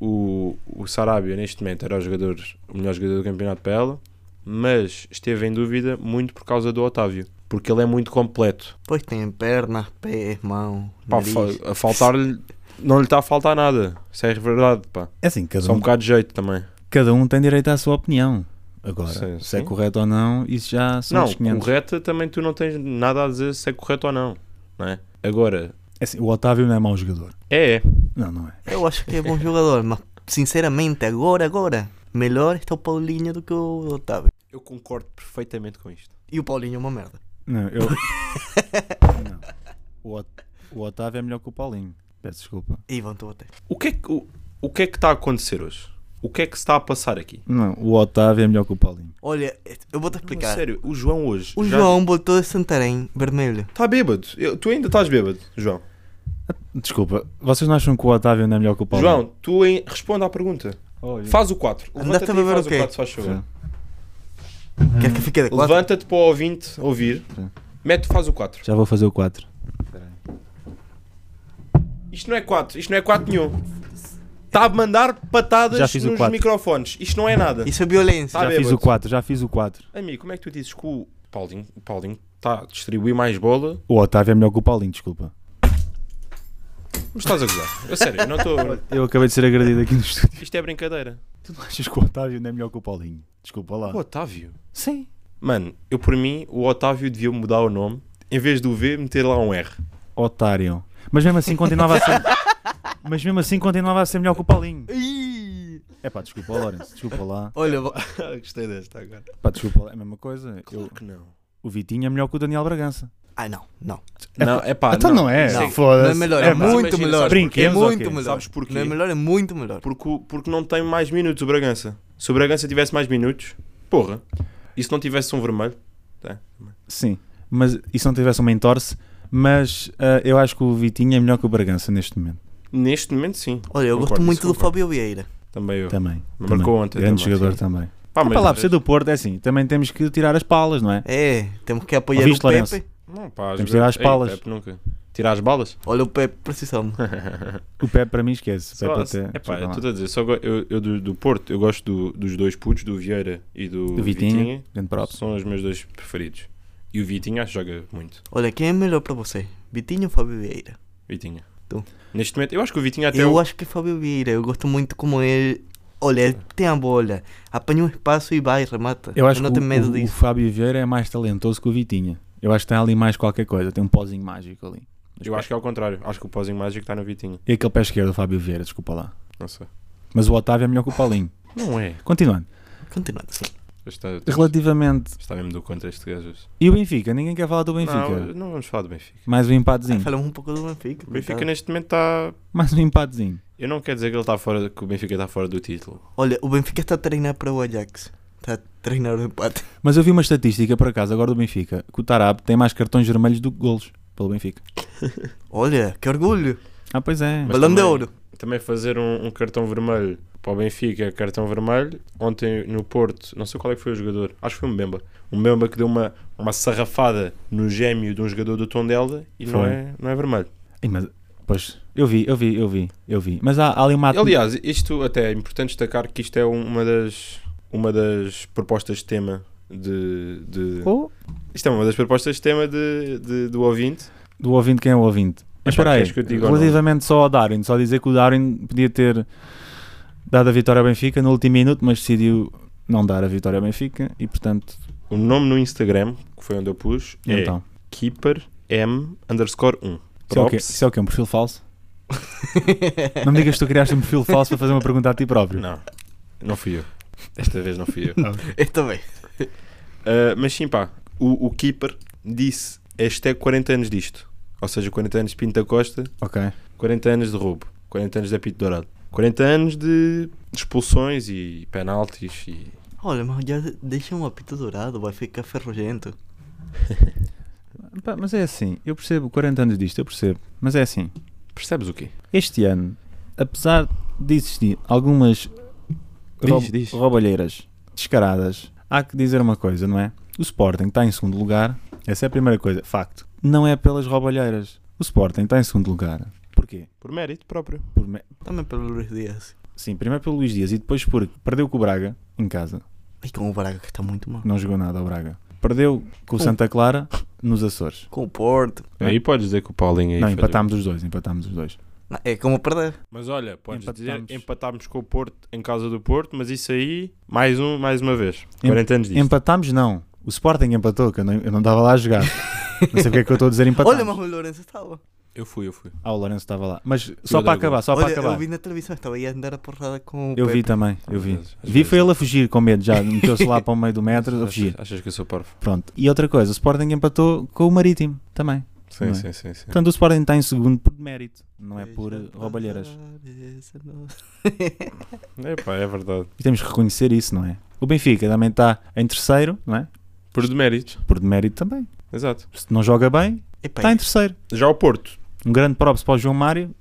A: o, o Sarabia neste momento era o, jogador, o melhor jogador do campeonato para ela, mas esteve em dúvida muito por causa do Otávio, porque ele é muito completo.
C: pois tem pernas, pés, mão,
A: Pá,
C: nariz.
A: fa- a faltar-lhe. Não lhe está a faltar nada. Isso é verdade, pá.
B: É assim, cada
A: Só um
B: um,
A: bocado de jeito também.
B: cada um tem direito à sua opinião. Agora,
A: Sim,
B: se é
A: sim.
B: correto ou não, isso já são os
A: não,
B: 500.
A: correta também tu não tens nada a dizer se é correto ou não. não é? Agora,
B: É assim, o Otávio não é mau jogador.
A: é, é.
B: Não, não é.
C: Eu acho que é bom jogador, mas sinceramente, agora, agora, melhor está o Paulinho do que o Otávio.
A: Eu concordo perfeitamente com isto.
C: E o Paulinho é uma merda.
B: Não, eu... Não. O, Ot- o Otávio é melhor que o Paulinho. Peço desculpa.
C: E vão te bater.
A: O que é que, o, o que, é que está a tá acontecer hoje? O que é que se está a passar aqui?
B: Não, o Otávio é melhor que o Paulinho.
C: Olha, eu vou-te
A: Não,
C: explicar.
A: sério, o João hoje.
C: o
A: já-
C: João botou Santarém vermelho.
A: Está bêbado. Eu- tu ainda estás bêbado, João.
B: Desculpa, vocês não acham que o Otávio não é melhor que o Paulinho?
A: João, tu em- responde à pergunta.
B: Oh, yeah.
A: Faz o 4.
C: Andaste
A: Levanta-te
C: a
A: e
C: beber
A: faz
C: o
A: o
C: quê?
A: 4, se faz favor.
B: Sim. Hum.
C: Quer que fique da quatro?
A: Levanta-te para o ouvinte ouvir.
B: Sim.
A: Mete, faz o 4.
B: Já vou fazer o 4.
A: Isto não é 4, isto não é 4 nenhum. Está a mandar patadas
B: Já fiz o
A: nos
B: quatro.
A: microfones. Isto não é nada.
C: Isso é violência.
A: Tá
B: já
A: bêbado.
B: fiz o 4, já fiz o 4.
A: Amigo, como é que tu dizes que o Paulinho o Paulinho está a distribuir mais bola?
B: O Otávio é melhor que o Paulinho, desculpa.
A: Mas estás a gozar. A sério, eu não estou.
B: Eu acabei de ser agredido aqui no estúdio.
A: Isto é brincadeira.
B: Tu não achas que o Otávio não é melhor que o Paulinho? Desculpa lá.
A: O Otávio.
B: Sim.
A: Mano, eu por mim, o Otávio devia mudar o nome. Em vez do V, meter lá um R.
B: Otário. Mas mesmo assim continuava a ser. Mas mesmo assim continuava a ser melhor que o Paulinho.
C: Ih!
B: É pá, desculpa, Lourenço, desculpa lá.
C: Olha, vo-
A: Ah, Gostei desta agora.
B: Pá, desculpa lá, é a mesma coisa. Eu-
A: Claro que não.
B: o Vitinho é melhor que o Daniel Bragança.
C: ah não, não.
A: Não, é pá.
B: então não, é.
A: Não.
C: Não
B: Foda-se.
C: é melhor,
B: É
C: é
B: pá.
A: Imagina,
C: muito
A: sabes
C: melhor.
B: porquê?
C: É muito
B: Ok,
C: melhor.
A: sabes porquê?
C: Não é melhor, é muito melhor.
A: Porque, o- porque não tem mais minutos o Bragança. Se o Bragança tivesse mais minutos, porra. E se não tivesse um vermelho? Tem.
B: Sim, mas e se não tivesse uma entorse? Mas ah, eu acho que o Vitinho é melhor que o Bragança neste momento.
A: Neste momento, sim.
C: Olha, eu
A: Concordo,
C: gosto muito do
A: concordo.
C: Fábio Vieira.
A: Também eu.
B: Também.
A: Marcou
B: também.
A: ontem
B: Grande
A: também,
B: jogador
A: sim. Ah,
B: também.
A: Pá,
B: Para lá, por ser do Porto, é assim. Também temos que tirar as palas, não é?
C: É, temos que apoiar
B: Ouviste,
C: o
B: Lourenço?
C: Pepe.
A: Não, é pá,
B: Temos
A: jogar-
B: que tirar as
A: Ei,
B: balas.
A: Pepe, nunca. Tirar as balas?
C: Olha o Pepe, precisamos.
B: O Pepe para mim esquece.
A: Só-
B: Pepe até-
A: é pá,
B: desculpa lá.
A: estou a dizer, só go- eu, eu do, do Porto, eu gosto do- dos dois putos, do Vieira e do,
B: Do Vitinho,
A: Vitinha.
B: grande props.
A: São os meus dois preferidos. E o Vitinha acho que joga muito.
C: Olha, quem é melhor pra você? Vitinho ou Fábio Vieira?
A: Vitinha.
C: Tu?
A: Neste momento, eu acho que o Vitinha até.
C: eu
A: o-
C: acho que é Fábio Vieira. Eu gosto muito como ele. Olha, ele tem a bola. Apanha um espaço e vai, remata.
B: Eu acho
C: não
B: que
C: tenho
B: o,
C: medo
B: o- o
C: disso.
B: Fábio Vieira é mais talentoso que o Vitinha. Eu acho que tem ali mais qualquer coisa. Tem um pozinho mágico ali.
A: eu acho que é ao contrário. Acho que o pozinho mágico está no Vitinha.
B: E aquele pé esquerdo do Fábio Vieira, desculpa lá.
A: Não sei.
B: Mas o Otávio é melhor que o Paulinho.
A: Não é.
B: Continuando.
C: Continuando.
A: Está,
B: Relativamente.
A: está mesmo do contra este gajo. hoje.
B: E o Benfica? Ninguém quer falar do Benfica.
A: Não, não vamos falar do Benfica.
B: Mais um empatezinho.
C: Falamos um pouco do Benfica.
A: O Benfica
C: coitado.
A: neste momento está.
B: Mais um empatezinho.
A: Eu não quero dizer que ele está fora, que o Benfica está fora do título.
C: Olha, o Benfica está a treinar para o Ajax. Está a treinar o empate.
B: Mas eu vi uma estatística por acaso agora do Benfica que o Tarab tem mais cartões vermelhos do que golos pelo Benfica.
C: Olha, que orgulho.
B: Ah, pois é.
A: Mas
C: Balão de
A: também-
C: ouro.
A: Também fazer um, um cartão vermelho para o Benfica, é cartão vermelho. Ontem no Porto, não sei qual é que foi o jogador, acho que foi um Bemba. Um Bemba que deu uma, uma sarrafada no gêmeo de um jogador do Tondela e não
B: Foi.
A: é, não é vermelho.
B: Ih, mas- pois, eu vi, eu vi, eu vi, eu vi. Mas há, há ali uma...
A: Aliás, isto até é importante destacar que isto é um- uma das, uma das propostas de tema de. de
B: Oh,
A: isto é uma das propostas de tema de, de- do ouvinte.
B: do ouvinte quem é o ouvinte. Mas
A: Epá,
B: espera aí,
A: queres que eu diga ou
B: relativamente só ao Darwin, só dizer que o Darwin podia ter dado a vitória ao Benfica no último minuto, mas decidiu não dar a vitória ao Benfica e portanto,
A: O nome no Instagram, que foi onde eu pus, é
B: então.
A: Keeper M underscore 1.
B: Isso é, o quê? Isso é o quê? Um perfil falso? não me digas que tu criaste um perfil falso para fazer uma pergunta a ti próprio.
A: Não, não fui eu. Esta vez não fui eu.
B: Ah,
C: Eu também.
A: Uh, mas sim, pá, o, o Keeper disse: este é 40 anos disto. Ou seja, 40 anos de Pinto da Costa,
B: Ok.
A: 40 anos de roubo, 40 anos de apito dourado, 40 anos de expulsões e penaltis. E...
C: Olha, mas já deixa um apito dourado, vai ficar ferrugento.
B: Pá, mas é assim, eu percebo 40 anos disto, eu percebo. Mas é assim,
A: Percebes o quê?
B: este ano, apesar de existir algumas
A: Diz,
B: rob-
A: diz.
B: roubalheiras descaradas, há que dizer uma coisa, não é? O Sporting está em segundo lugar, essa é a primeira coisa, facto. Não é pelas roubalheiras. O Sporting está em segundo lugar. Porquê?
A: Por mérito próprio.
B: Por me-
C: Também pelo Luís Dias.
B: Sim, primeiro pelo Luís Dias e depois porque perdeu com o Braga em casa.
C: E com o Braga que está muito mal.
B: Não jogou nada ao Braga. Perdeu com o Santa Clara nos Açores.
C: Com o Porto.
A: Aí podes dizer que o Paulinho aí
B: Não,
A: falhou.
B: empatámos os dois, empatámos os dois.
C: Não, É como perder.
A: Mas olha, podes
B: Empatámos.
A: dizer empatámos com o Porto em casa do Porto, mas isso aí, mais, um, mais uma vez. 40 anos disto.
B: Empatámos não. O Sporting empatou, que eu não, eu não estava lá a jogar. não sei porque é que eu estou a dizer empatámos.
C: Olha, mas o Lourenço estava.
A: Eu fui, eu fui.
B: Ah, o Lourenço estava lá. Mas só para
A: adoro
B: acabar, só para
C: Olha,
B: acabar.
C: eu vi na televisão, estava aí a andar a porrada com o
B: Eu vi
C: Pepe.
B: também, eu vi.
A: Às vezes, às
B: Vi foi
A: vezes.
B: ele a fugir com medo já, meteu-se lá para o meio do metro a
A: Achas,
B: fugir.
A: achas que eu sou parvo?
B: Pronto. E outra coisa, o Sporting empatou com o Marítimo também.
A: Sim,
B: Não é?
A: sim, sim, sim.
B: Portanto, o Sporting está em segundo por mérito, não é
C: Deixa
B: por
C: passar
B: roubalheiras.
C: essa noite.
A: É pá, é verdade.
B: E temos que reconhecer isso, não é? O Benfica também está em terceiro, não é?
A: Por deméritos.
B: Por demérito também.
A: Exato.
B: Se não joga bem,
C: Epá, é-
B: está em terceiro.
A: Já o Porto.
B: Um grande props para o João Mário.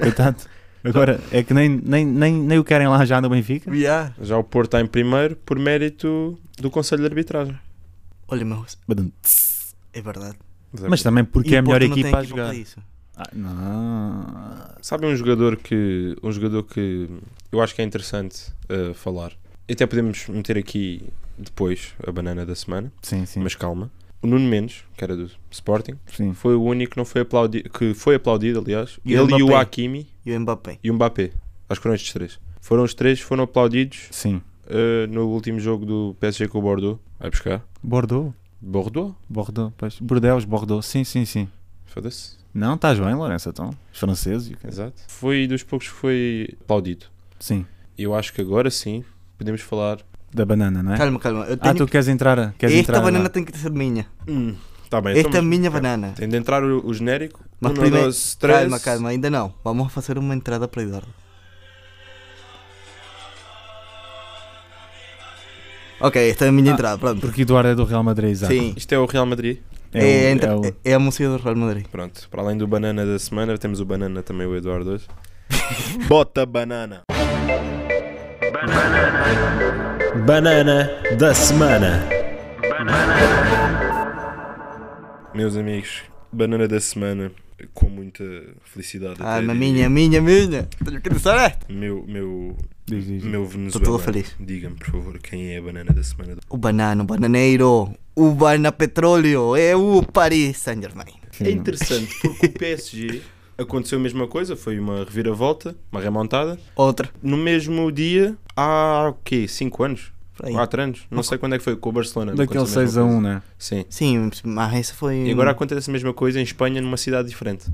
B: Coitado. Agora, é que nem, nem, nem, nem o querem lá já no Benfica.
C: yeah.
A: Já o Porto está em primeiro por mérito do Conselho de Arbitragem.
C: Olha, mas é verdade.
B: Mas também porque
C: E
B: é a
C: o
B: melhor
C: Porto não tem
B: equipa a
C: para
B: jogar.
C: isso.
B: Ah, não.
A: Sabe um jogador que um jogador que eu acho que é interessante uh, falar. E até podemos meter aqui depois a banana da semana,
B: Sim, sim.
A: mas calma. O Nuno Mendes, que era do Sporting,
B: sim.
A: foi o único que não foi aplaudido, que foi aplaudido, aliás.
C: E o
A: Ele e o
C: Mbappé.
A: Hakimi
C: E o Mbappé.
A: e o Mbappé. Acho que foram estes três. Foram os três, que foram aplaudidos
B: Sim.
A: uh, no último jogo do PSG com o Bordeaux. Vai buscar.
B: Bordeaux.
A: Bordeaux?
B: Bordeaux, pois. Bordeaux, Bordeaux. Sim, sim, sim.
A: Foda-se.
B: Não, estás bem, Lourenço, então. Os franceses. e
C: É.
B: o quê?
A: Exato. Foi dos poucos que foi aplaudido.
B: Sim.
A: Eu acho que agora sim podemos falar.
B: Da banana, não é?
C: Calma, calma. Eu
B: Ah,
C: Tá, tenho
B: tu queres entrar? Queres
C: Esta
B: entrar lá?
C: banana tem que ser minha.
A: Tá bem,
C: Esta
A: então, mas-
C: minha banana.
A: Tem de entrar o, o genérico.
C: É Mas
A: um,
C: primeiro-
A: dois, três.
C: Calma, calma, ainda não. Vamos fazer uma entrada para Eduardo. Ok, esta é a minha
B: Ah,
C: entrada, pronto.
B: Porque Eduardo é do Real Madrid, exato.
C: Sim,
A: Isto é o Real Madrid.
B: É,
C: é,
B: o-
C: a entra-
B: é o-
C: é a música do Real Madrid.
A: Pronto, para além do banana da semana, temos o banana também, o Eduardo hoje. Bota banana.
E: Banana da semana.
A: Meus amigos, banana da semana com muita felicidade.
C: Ah,
A: até
C: mas
A: diria.
C: minha, minha, minha. Tenho que dizer esta.
A: Meu, meu,
B: Diz, diz, diz.
A: meu
C: Estou
A: Venezuela.
C: todo feliz.
A: Diga-me, por favor, quem é a banana da semana?
C: O banano, o bananeiro. O Bana Petróleo é o Paris Saint-Germain.
A: É interessante porque o PSG aconteceu a mesma coisa, foi uma reviravolta, uma remontada.
C: Outra.
A: No mesmo dia, há o quê? 5 anos?
C: por aí.
A: 4 anos? Não sei quando é que foi, com o Barcelona.
B: Daquele
A: aconteceu a mesma
B: 6 a 1,
A: coisa.
B: né?
A: Sim.
C: Sim, mas essa foi.
A: E agora acontece a mesma coisa em Espanha, numa cidade diferente.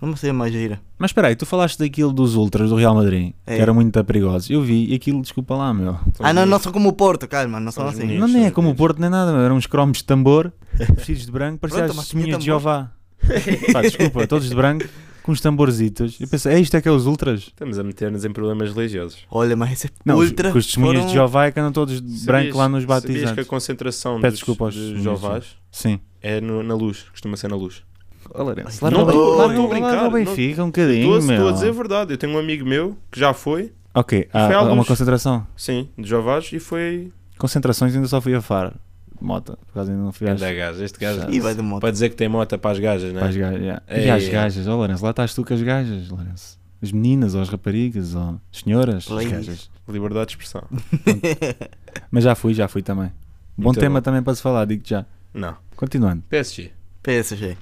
C: Vamos ser mais gira.
B: Mas espera aí, tu falaste daquilo dos ultras do Real Madrid,
C: É.
B: que eram muito perigosos. Eu vi e aquilo, desculpa lá, meu.
A: São
C: Ah, não, não
A: bonitos.
C: são como o Porto, calma, não são
A: Somos
C: assim.
A: meninos.
B: Não, nem é
A: são
B: como o
A: bonitos.
B: Porto nem nada, meu. eram uns cromos de tambor, vestidos de branco, pareciam
C: Pronto,
B: as
C: mas tinha
B: testemunhas de
C: tambor.
B: Jeová. Pá, desculpa, todos de branco, com uns tamborzitos. Eu pensei, é isto é que é os ultras?
A: Estamos a meter-nos em problemas religiosos.
C: Olha, mas esse
B: Não, os-
C: Ultra.
B: com os testemunhas
C: foram-
B: de Jeová é que andam todos de branco lá
A: Sabias-
B: nos
A: Sabias que
B: batizados.
A: a concentração
B: Peço
A: dos,
B: desculpa aos
A: dos
B: meninos.
A: jovens
B: Sim.
A: é no- na luz, costuma ser na luz.
B: Ó, Lourenço,
C: Ai,
B: larga
C: não
B: o- larga
C: tô-
B: o-
A: tô a
B: larga o
A: brincar, não-
B: Benfica um
A: Estou a-
B: bocadinho,
A: estou a dizer a
B: meu.
A: verdade. Eu tenho um amigo meu que já foi,
B: Ok,
A: Foi
B: há
A: à
B: há uma
A: luz.
B: concentração.
A: sim, de jovens e foi.
B: Concentrações ainda só fui a Faro. Mota, por causa ainda não fui às
A: Anda, gajo, este
B: Já.
A: gajo.
C: E vai de moto.
A: Para dizer que tem mota para as gajas, né?
B: Para as gajas, yeah.
A: É,
B: E às
A: é.
B: gajas, ó Lourenço, lá estás tu com as gajas, Lourenço. As meninas, ou as raparigas, ou as senhoras, as
C: Ladies.
B: gajas.
A: Liberdade de expressão.
B: Mas já fui, já fui também. Bom
A: Muito
B: tema
A: bom.
B: também para se falar, digo já.
A: Não.
B: Continuando.
A: PSG.
C: PSG.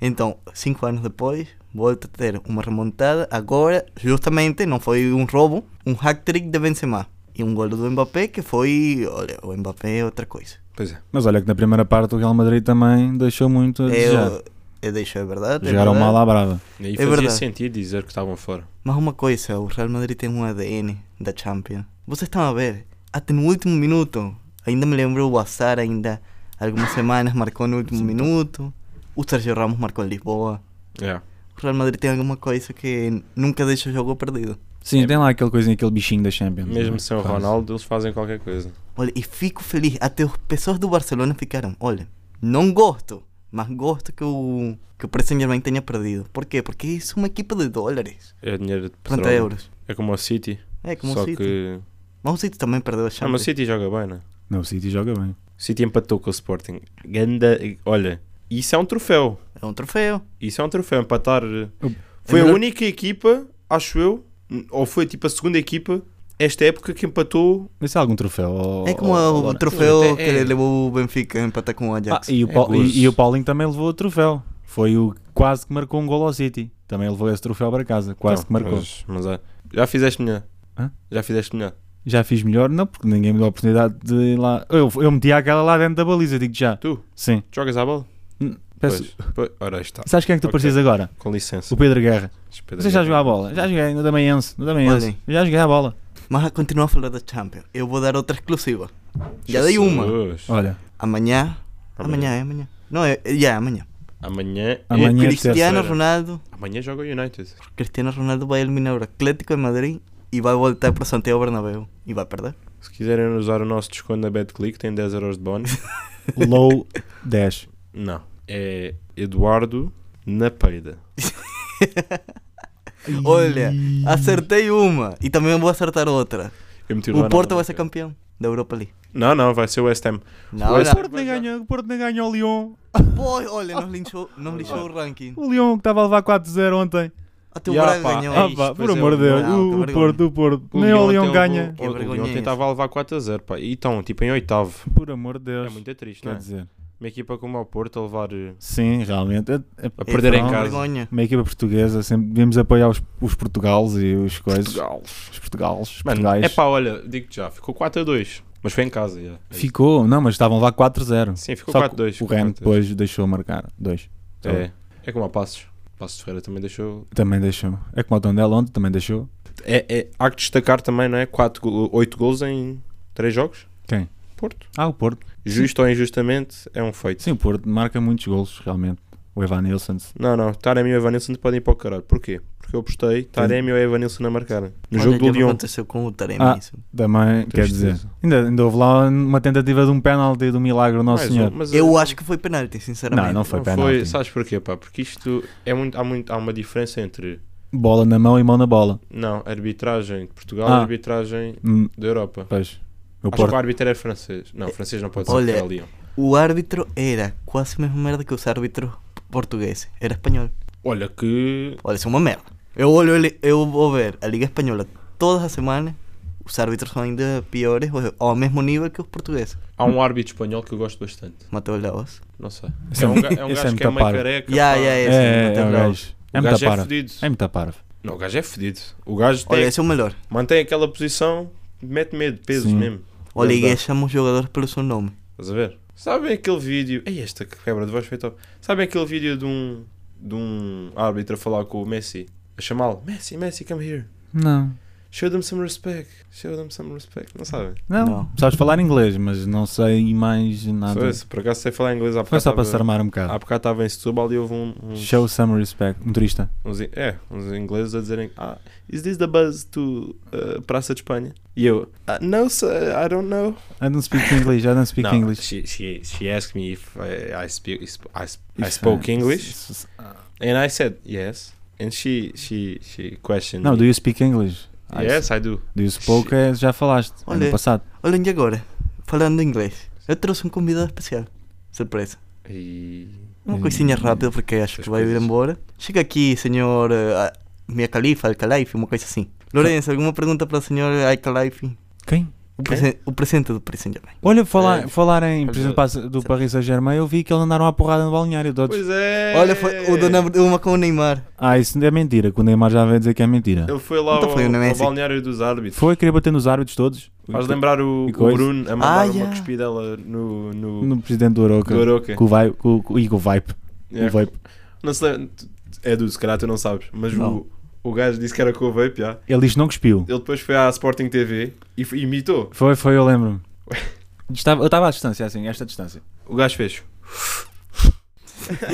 C: Então, cinco anos depois, volta a ter uma remontada. Agora, justamente, não foi um roubo, um hat-trick de Benzema. E um gol do Mbappé que foi... Olha, o Mbappé é outra coisa.
A: Pois é.
B: Mas olha que na primeira parte o Real Madrid também deixou muito a desejar.
C: Eu, eu deixo, é verdade. é
B: Jogaram
C: verdade.
B: mal à brava.
A: E aí
C: É
A: fazia
C: verdade.
A: sentido dizer que estavam fora.
C: Mas uma coisa, o Real Madrid tem um ADN da Champions. Vocês estão a ver, até no último minuto. Ainda me lembro o Bazar, ainda algumas semanas marcou no último minuto. O Sergio Ramos marcou em Lisboa.
A: É.
C: O Real Madrid tem alguma coisa que nunca deixa o jogo perdido.
B: Sim, tem lá aquele coisinho, aquele bichinho da Champions.
A: Mesmo
B: né?
A: sem o
B: Quase.
A: Ronaldo, eles fazem qualquer coisa.
C: Olha, e fico feliz. Até as pessoas do Barcelona ficaram. Olha, não gosto, mas gosto que o, que o Paris Saint-Germain tenha perdido. Por quê? Porque isso é uma equipa de dólares.
A: É dinheiro de
C: Pronto,
A: petróleo.
C: euros.
A: É como o City.
C: É como
A: só
C: o City.
A: que.
C: Mas o City também perdeu a
A: Ah, mas
C: Champions.
A: o City joga bem, né?
B: Não, o City joga bem.
A: O City empatou com o Sporting. Ganda... Olha, isso é um troféu.
C: é um troféu.
A: Isso é um troféu. Empatar. eh, Foi a
C: é melhor-
A: única equipa, acho eu, n- ou foi tipo a segunda equipa, esta época que empatou.
B: Mas é algum troféu? ó-
C: É como
B: ó- ó,
C: o
B: Lourenço.
C: troféu
A: É,
C: que
A: é.
C: levou o Benfica a empatar com o
B: Ah,
C: Ajax.
B: e, o
A: É
B: Pau-
A: gozo.
B: e- e o Paulinho também levou o troféu. Foi o que quase que marcou um gol ao City. Também levou esse troféu para casa. Quase
A: Não,
B: que marcou.
A: Mas, mas é. Já fizeste melhor.
B: Hã?
A: Já fizeste melhor.
B: Já fiz melhor, não, porque ninguém me deu a oportunidade de ir lá. Eu, eu meti aquela lá dentro da baliza, digo já.
A: Tu?
B: Sim.
A: Jogas à bola?
B: Peço,
A: Pois. Pois. Ora, aí está.
B: sabes quem é que tu
A: Ok.
B: precisas agora?
A: Com licença.
B: O Pedro Guerra.
A: Espera
B: Você
A: aí.
B: já jogou a bola? Já joguei no Damaense. No Damaense.
C: Olhem.
B: Já joguei a bola.
C: Mas continua a falar da Champions. Eu vou dar outra exclusiva. Já dei uma.
A: Jesus.
B: Olha,
C: Amanhã.
A: Amanhã.
C: eh, Amanhã é amanhã. Não, é, é- já é amanhã.
A: Amanhã,
B: Amanhã
A: é
B: é
A: terça-feira.
C: Cristiano Ronaldo.
A: Amanhã joga o United.
C: Cristiano Ronaldo va a eliminar al Atlético de Madrid y va a voltar por Santiago Bernabéu y va a perder.
A: Se quiserem usar o nosso desconto na BetClick, tem 10 euros de bónus.
B: Low 10.
A: Não. É Eduardo na peida.
C: Olha, acertei uma y también voy a acertar otra.
A: Eu meti
C: O
A: Ronaldo
C: Porto
A: na
C: vai ser
A: peida.
C: campeão da Europa League.
A: Não, não, vai ser o West Ham.
C: Não,
A: Pois,
C: não.
B: O Porto nem ganhou, o Porto nem ganhou ao Lyon.
C: Pô, olha, nos linchou, nos linchou o ranking.
B: O Lyon que estava a levar 4-0 ontem.
C: Até o
A: Ya,
C: Braga
A: pá.
C: ganhou.
A: É
B: Ah,
A: isto,
B: pá,
A: pois
B: por
A: é,
B: amor
A: o
B: de Deus.
C: Lyon, que
B: o
C: vergonha.
B: Porto, o Porto. Nem o Lyon
A: ontem
B: ganha.
A: levou-
C: Que
A: O
C: vergonha
A: Lyon
C: é
A: tentava a levar 4 a 0, pá. E estão, tipo, em oitavo.
B: Por amor de Deus.
A: É muito triste, não
B: Quer
A: é?
B: dizer,
A: Uma equipa como o Porto a levar... eh,
B: sim, realmente. É- é-
A: A
C: É,
A: perder
C: pá,
A: em
C: uma
A: casa.
C: Vergonha.
B: Uma equipa portuguesa, sempre devíamos apoiar os, os Portugales e os coisas.
A: Portugal.
B: Os Portugales. os
A: Mano,
B: Portugais.
A: é pá, olha, digo-te já, ficou 4 a 2. Mas foi em casa, já. É isso.
B: Ficou, não, mas estavam lá 4-0.
A: Sim, ficou
B: Só que
A: 4 a 2.
B: O Ren depois deixou marcar 2.
A: É. É como a Passos. Passos de Ferreira também deixou
B: Também deixou. É como o Tondela ontem, também deixou.
A: É, é- há que destacar também, não é? 8 gols em 3 jogos.
B: Quem?
A: Porto.
B: Ah, o Porto.
A: Justo ou injustamente, é um feito.
B: Sim, o Porto marca muitos golos, realmente. O Evan Nilsson.
A: Não, não. Taremi e Evanilson podem ir para o caralho. Porquê? Porque eu postei Taremi ou Evanilson a marcar. No
C: Olha,
A: jogo do
C: o que
A: Lyon.
C: aconteceu com o Taremi.
B: Ah,
C: isso.
B: Também, quer
A: Tristeza.
B: dizer. Ainda, ainda houve lá uma tentativa de um penalti do milagre, Nosso
A: Mais um,
B: Senhor.
A: mas,
C: Eu
A: eh,
C: acho que foi penalti, sinceramente.
B: Não, não foi
A: não
B: penalti.
A: foi- Sabes porquê, pá? Porque isto é muito, há, muito, há uma diferença entre.
B: Bola na mão e mão na bola.
A: Não, arbitragem de Portugal
B: Ah.
A: e arbitragem
B: Hum,
A: da Europa.
B: pois. O
A: Acho que o
B: Porto.
A: árbitro era francês. Não, francês não pode ser.
C: Olha.
A: porque Era Lyon.
C: O árbitro era quase a mesma merda que os árbitros portugueses. Era espanhol.
A: Olha que.
C: Olha, isso é uma merda. Eu olho, ele- eu vou ver a Liga Espanhola todas as semanas. Os árbitros são ainda piores ou ao mesmo nível que os portugueses.
A: Há um árbitro espanhol que eu gosto bastante.
C: Mateus Laos.
A: Não sei.
B: Esse
A: É
B: é
A: um,
B: mu-
A: ga- é um
B: esse é
A: gajo
B: muito
A: que é meio
B: parvo.
A: careca.
C: Ya,
A: pá.
C: ya,
B: É,
C: esse
B: é,
C: Mateus
B: é o
C: Laos.
B: gajo. É
A: O
B: muito
A: gajo é
B: parvo.
A: fedido.
B: É muito parvo.
A: Não, o gajo é fedido. O gajo tem-
C: Olha, esse é o melhor.
A: mantém aquela posição, mete medo, pesos
B: Sim.
A: mesmo.
C: Olha,
A: Não dá.
C: e chama os jogadores pelo seu nome.
A: Estás a ver? Sabem aquele vídeo. Ei, esta quebra de voz foi top. Sabem aquele vídeo de um, de um árbitro a falar com o Messi? A chamá-lo: Messi, Messi, come here.
B: Não.
A: Show them some respect. Show them some respect. Não sabem?
B: Não.
C: Não.
B: Sabes falar inglês, mas não sei mais nada.
A: Só isso. Ah, Por acaso sei falar inglês há
B: Foi
A: bocado.
B: só para se
A: estava-
B: armar um
A: Há
B: bocado.
A: bocado estava em Setúbal e houve um, uns-
B: Show some respect. Motorista.
A: uns, in- é, uns ingleses a dizerem ah, Is this the bus to uh, Praça de Espanha? E eu, "Ah, No sir, I don't know
B: I don't speak English, I don't speak
A: no,
B: English.
A: She, she, she asked me if eh, I, I, speak, I, sp- I
B: If,
A: spoke
B: uh,
A: English
B: s- s-
A: and I said yes and she, she, she questioned
B: Não, do
A: me
B: you speak English? I
A: Yes, I do
B: Do you spoke é, já falaste
C: Olha.
B: ano passado.
C: Olhem, e agora, falando inglês, eu trouxe um convidado especial. Surpresa.
A: E...
C: Uma
B: Hum.
C: coisinha rápida, porque acho que vai ir
A: coisas.
C: embora. Chega aqui, senhor eh, Mia Khalifa, Al-Khalifi, uma coisa assim. Lourenço, alguma pergunta para o senhor Al-Khalifi?
B: Quem?
C: O, presen- o presidente do Paris Saint-Germain.
B: Olha, falar,
A: É.
B: falar em
A: Olha.
B: presidente pa- do Paris Saint-Germain, eu vi que eles andaram à porrada no balneário todos.
A: Pois é
C: Olha, foi o Dona Bruma com o Neymar.
B: Ah, isso é mentira, que o Neymar já veio dizer que é mentira.
A: Ele foi lá
C: Então
A: ao,
C: foi o
A: ao
C: Messi.
A: balneário dos árbitros
B: Foi querer bater nos árbitros todos.
A: Faz lembrar o,
B: E
A: o
B: coisa.
A: Bruno a mandar
C: Ah,
A: uma
C: yeah.
A: cuspidela no, no,
B: No presidente do Oroca.
A: do É. Aroca
B: Com o vai, com, com, e com o Vipe.
A: Yeah.
B: O Vipe.
A: Não se lembra- tu- É do, se calhar tu não sabes Mas
B: Não.
A: o, o gajo disse que era com o vape, já.
B: Ele disse que não cuspiu.
A: Ele depois foi à Sporting TV e f- imitou
B: Foi, foi, eu lembro-me. Estava- eu estava à distância, assim, esta distância.
A: O gajo fez
B: Essa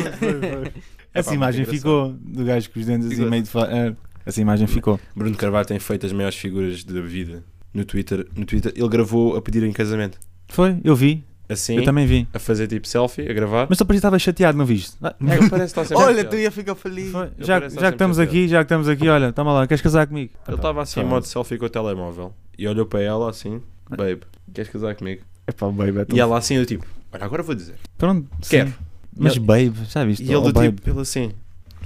A: muito
B: imagem
A: engraçado.
B: ficou do gajo com os dentes assim
A: Engraçado.
B: meio de fa... é, Essa imagem ficou.
A: Bruno Carvalho tem feito as maiores figuras da vida no Twitter. No Twitter ele gravou a pedir em casamento.
B: Foi, eu vi,
A: Assim,
B: eu também vi.
A: a fazer tipo selfie, a gravar.
B: Mas só parecia que estava chateado, não viste? Ah,
A: É que parece que está sempre
C: Olha,
A: chateado.
C: tu ia ficar feliz.
B: foi,
A: eu
B: já,
A: pareço
B: já que estamos
A: sempre
B: aqui, já que estamos aqui, olha, toma lá, queres casar comigo?
A: Ele estava assim em modo selfie com o telemóvel e olhou para ela assim: Babe, queres casar comigo?
B: Epá, baby, é tão-
A: E ela assim, eu tipo: Olha, agora vou dizer.
B: Pronto, sim.
A: Quero.
B: Mas
A: E ele-
B: babe, já viste?
A: E ele
B: Oh,
A: do
B: babe.
A: tipo, ele assim: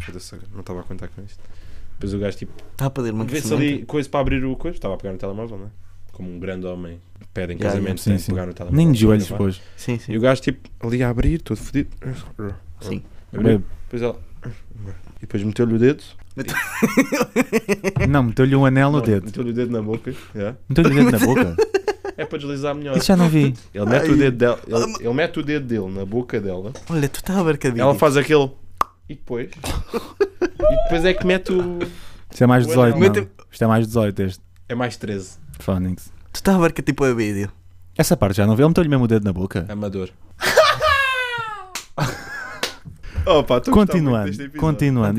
A: Foda-se, não estava a contar com isto. Depois o gajo tipo,
C: Estava Tá a pedir uma
A: vê-se ali coisa para abrir o coisa, estava a pegar no telemóvel, né? Como um grande homem pede em
C: Yeah,
A: casamento
B: sim,
A: sem
B: sim.
A: pegar no telemóvel.
B: Nem de
A: para
B: joelhos
A: gravar.
B: depois.
C: Sim, sim.
A: E o gajo tipo, ali a abrir, todo fodido.
C: Sim.
A: Abriu,
B: Babe.
A: Depois ela. E depois meteu-lhe o dedo.
B: Não, meteu-lhe um anel no
A: Não,
B: dedo.
A: Meteu-lhe o dedo na boca. yeah.
B: Meteu-lhe o dedo na boca?
A: É para deslizar melhor.
B: Isso já não vi.
A: Ele mete, o
C: Ai.
A: dedo dela, ele, ele mete o dedo dele na boca dela.
C: Olha, tu estás a ver que
A: Ela faz aquele. E depois. e depois é que mete o.
B: Isto é mais
A: O
B: 18,
A: anel.
B: não. Isto é mais 18 este.
A: É mais 13.
B: Phonics.
C: Tu estás a ver que tipo de vídeo.
A: É
B: Essa parte já não vi. Ele meteu-lhe mesmo o dedo na boca.
A: Amador. Opa, estou a gostar muito deste
B: Continuando,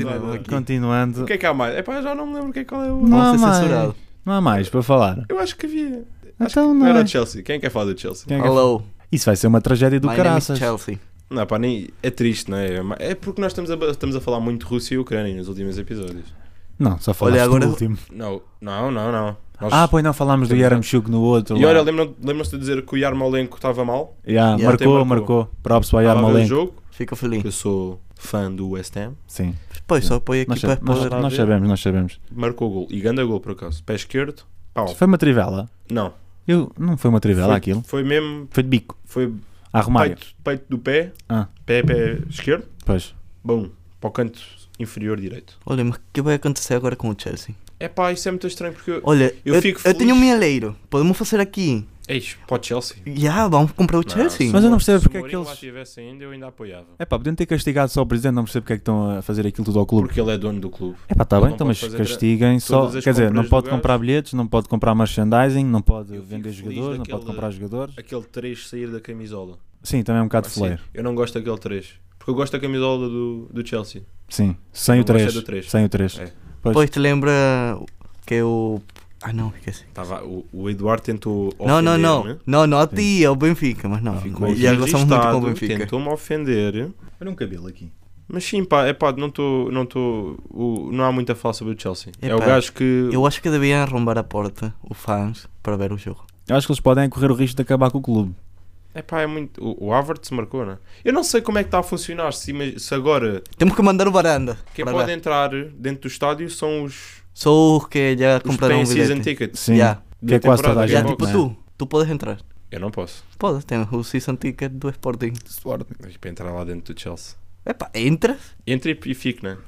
A: episódio.
B: continuando,
A: Vai, vai, vai.
C: Aqui.
B: continuando.
A: O que é que há mais? É pá, já não me lembro o que é qual é o.
B: Não há
C: Vamos ser
B: mais.
C: censurado.
B: Não há mais para falar.
A: Eu acho que havia. Acho
B: Então
A: que
B: não
A: era
B: é.
A: o Chelsea. Quem quer falar do Chelsea?
B: Quem é que-
C: Hello,
B: Isso vai ser uma tragédia do
C: my name
B: caraças.
C: is Chelsea.
A: Não, pá, nem. É triste, não é? É ma- É porque nós estamos a, estamos a falar muito de Rússia e Ucrânia nos últimos episódios.
B: Não, só falaste
C: Olha, agora-
B: do último.
A: Não, não, não, não. Nós-
B: Ah, pois não falámos do
A: Temos-
B: Yaramchuk no outro.
A: E
B: lá.
A: olha, lembram- lembram-se de dizer que o Yarmolenko estava mal?
B: Yeah,
C: Yeah.
B: marcou,
A: Até marcou.
B: marcou. Props
A: Estava
B: ao
A: a ver o
B: Yarmolenko.
A: jogo.
C: Fico feliz.
A: Eu sou fã do West Ham.
B: Sim,
C: Pois, só apoio
B: nós,
C: aqui
B: sa-
C: para
B: nós-
A: poder-
B: nós sabemos, nós sabemos.
A: Marcou o gol. E ganda gol, por acaso. Pé esquerdo. Pau.
B: Foi uma trivela.
A: Não.
B: Eu, não foi uma trivela
A: foi,
B: aquilo.
A: Foi mesmo.
B: Foi de bico.
A: Foi
B: A Romário.
A: peito, peito do pé.
B: Ah.
A: Pé, pé esquerdo.
B: Pois.
A: Bom, para o canto inferior direito.
C: Olha, mas o que vai acontecer agora com o Chelsea?
A: É pá, isso é muito estranho porque. eu-
C: Olha,
A: Eu
C: eu,
A: fico
C: eu tenho um
A: feliz.
C: mieleiro. Podemos fazer aqui.
A: Eis, para o Chelsea.
C: Já, vamos comprar o Chelsea.
B: Mas eu não percebo
A: se
B: porque é
A: o
B: que
A: Mourinho
B: eles-
A: lá tivesse ainda, eu ainda apoiava.
B: É pá, podiam ter castigado só o presidente, não percebo porque é que estão a fazer aquilo tudo ao clube.
A: Porque ele é dono do clube.
B: É pá, está
A: Ele
B: bem,
A: não
B: então,
A: pode
B: mas
A: fazer tra-
B: castiguem só.
A: todas as
B: Quer dizer, não
A: compras
B: pode
A: do gajo.
B: comprar bilhetes, não pode comprar merchandising, não pode
A: Eu fico
B: vender
A: feliz
B: jogadores, não pode
A: daquele-
B: comprar jogadores.
A: Aquele 3 sair da camisola.
B: Sim, também é um bocado
A: Assim,
B: flair.
A: eu não gosto daquele 3. Porque eu gosto da camisola do, do Chelsea.
B: Sim, sem
A: não
B: o
A: gosto é
B: 3.
A: do três.
B: Sem o 3.
A: É.
C: Pois te lembra que o. Ah, não, esqueci.
A: Tava, o, o Eduardo tentou.
C: Não, não, não.
A: ofender-me.
C: Não, não, a ti, é o Benfica, mas não.
A: Ficou
C: Já gostamos muito com o
A: registado,
C: Benfica.
A: Tentou-me ofender.
B: Olha um cabelo aqui.
A: Mas sim, pá, é pá, não estou. Não, tô- o- não há muito a falar sobre o Chelsea. é o
C: Epá,
A: gajo que.
C: Eu acho que deviam arrombar a porta, os fãs, para ver o jogo.
B: Eu acho que eles podem correr o risco de acabar com o clube.
A: É pá, é muito. O, o Havertz marcou, né? Eu não sei como é que está a funcionar. Se, ima- se agora.
C: Temos que mandar o Varanda.
A: Quem
C: para
A: é pode
C: lá.
A: entrar dentro do estádio são os.
C: Só os que já
A: Os que
B: um
A: têm
C: compraram o
A: season
C: bilhete.
A: tickets.
B: Sim.
C: Já.
B: Que é
A: Da
B: quase toda
A: temporada,
B: a
A: que
C: Já,
A: é
B: gente.
C: tipo
B: né?
C: tu, tu podes entrar.
A: Eu não posso.
C: Podes, temos o season ticket do Sporting.
A: Mas Para entrar lá dentro do Chelsea.
C: Epá, entras?
A: Entra e, e fico, né?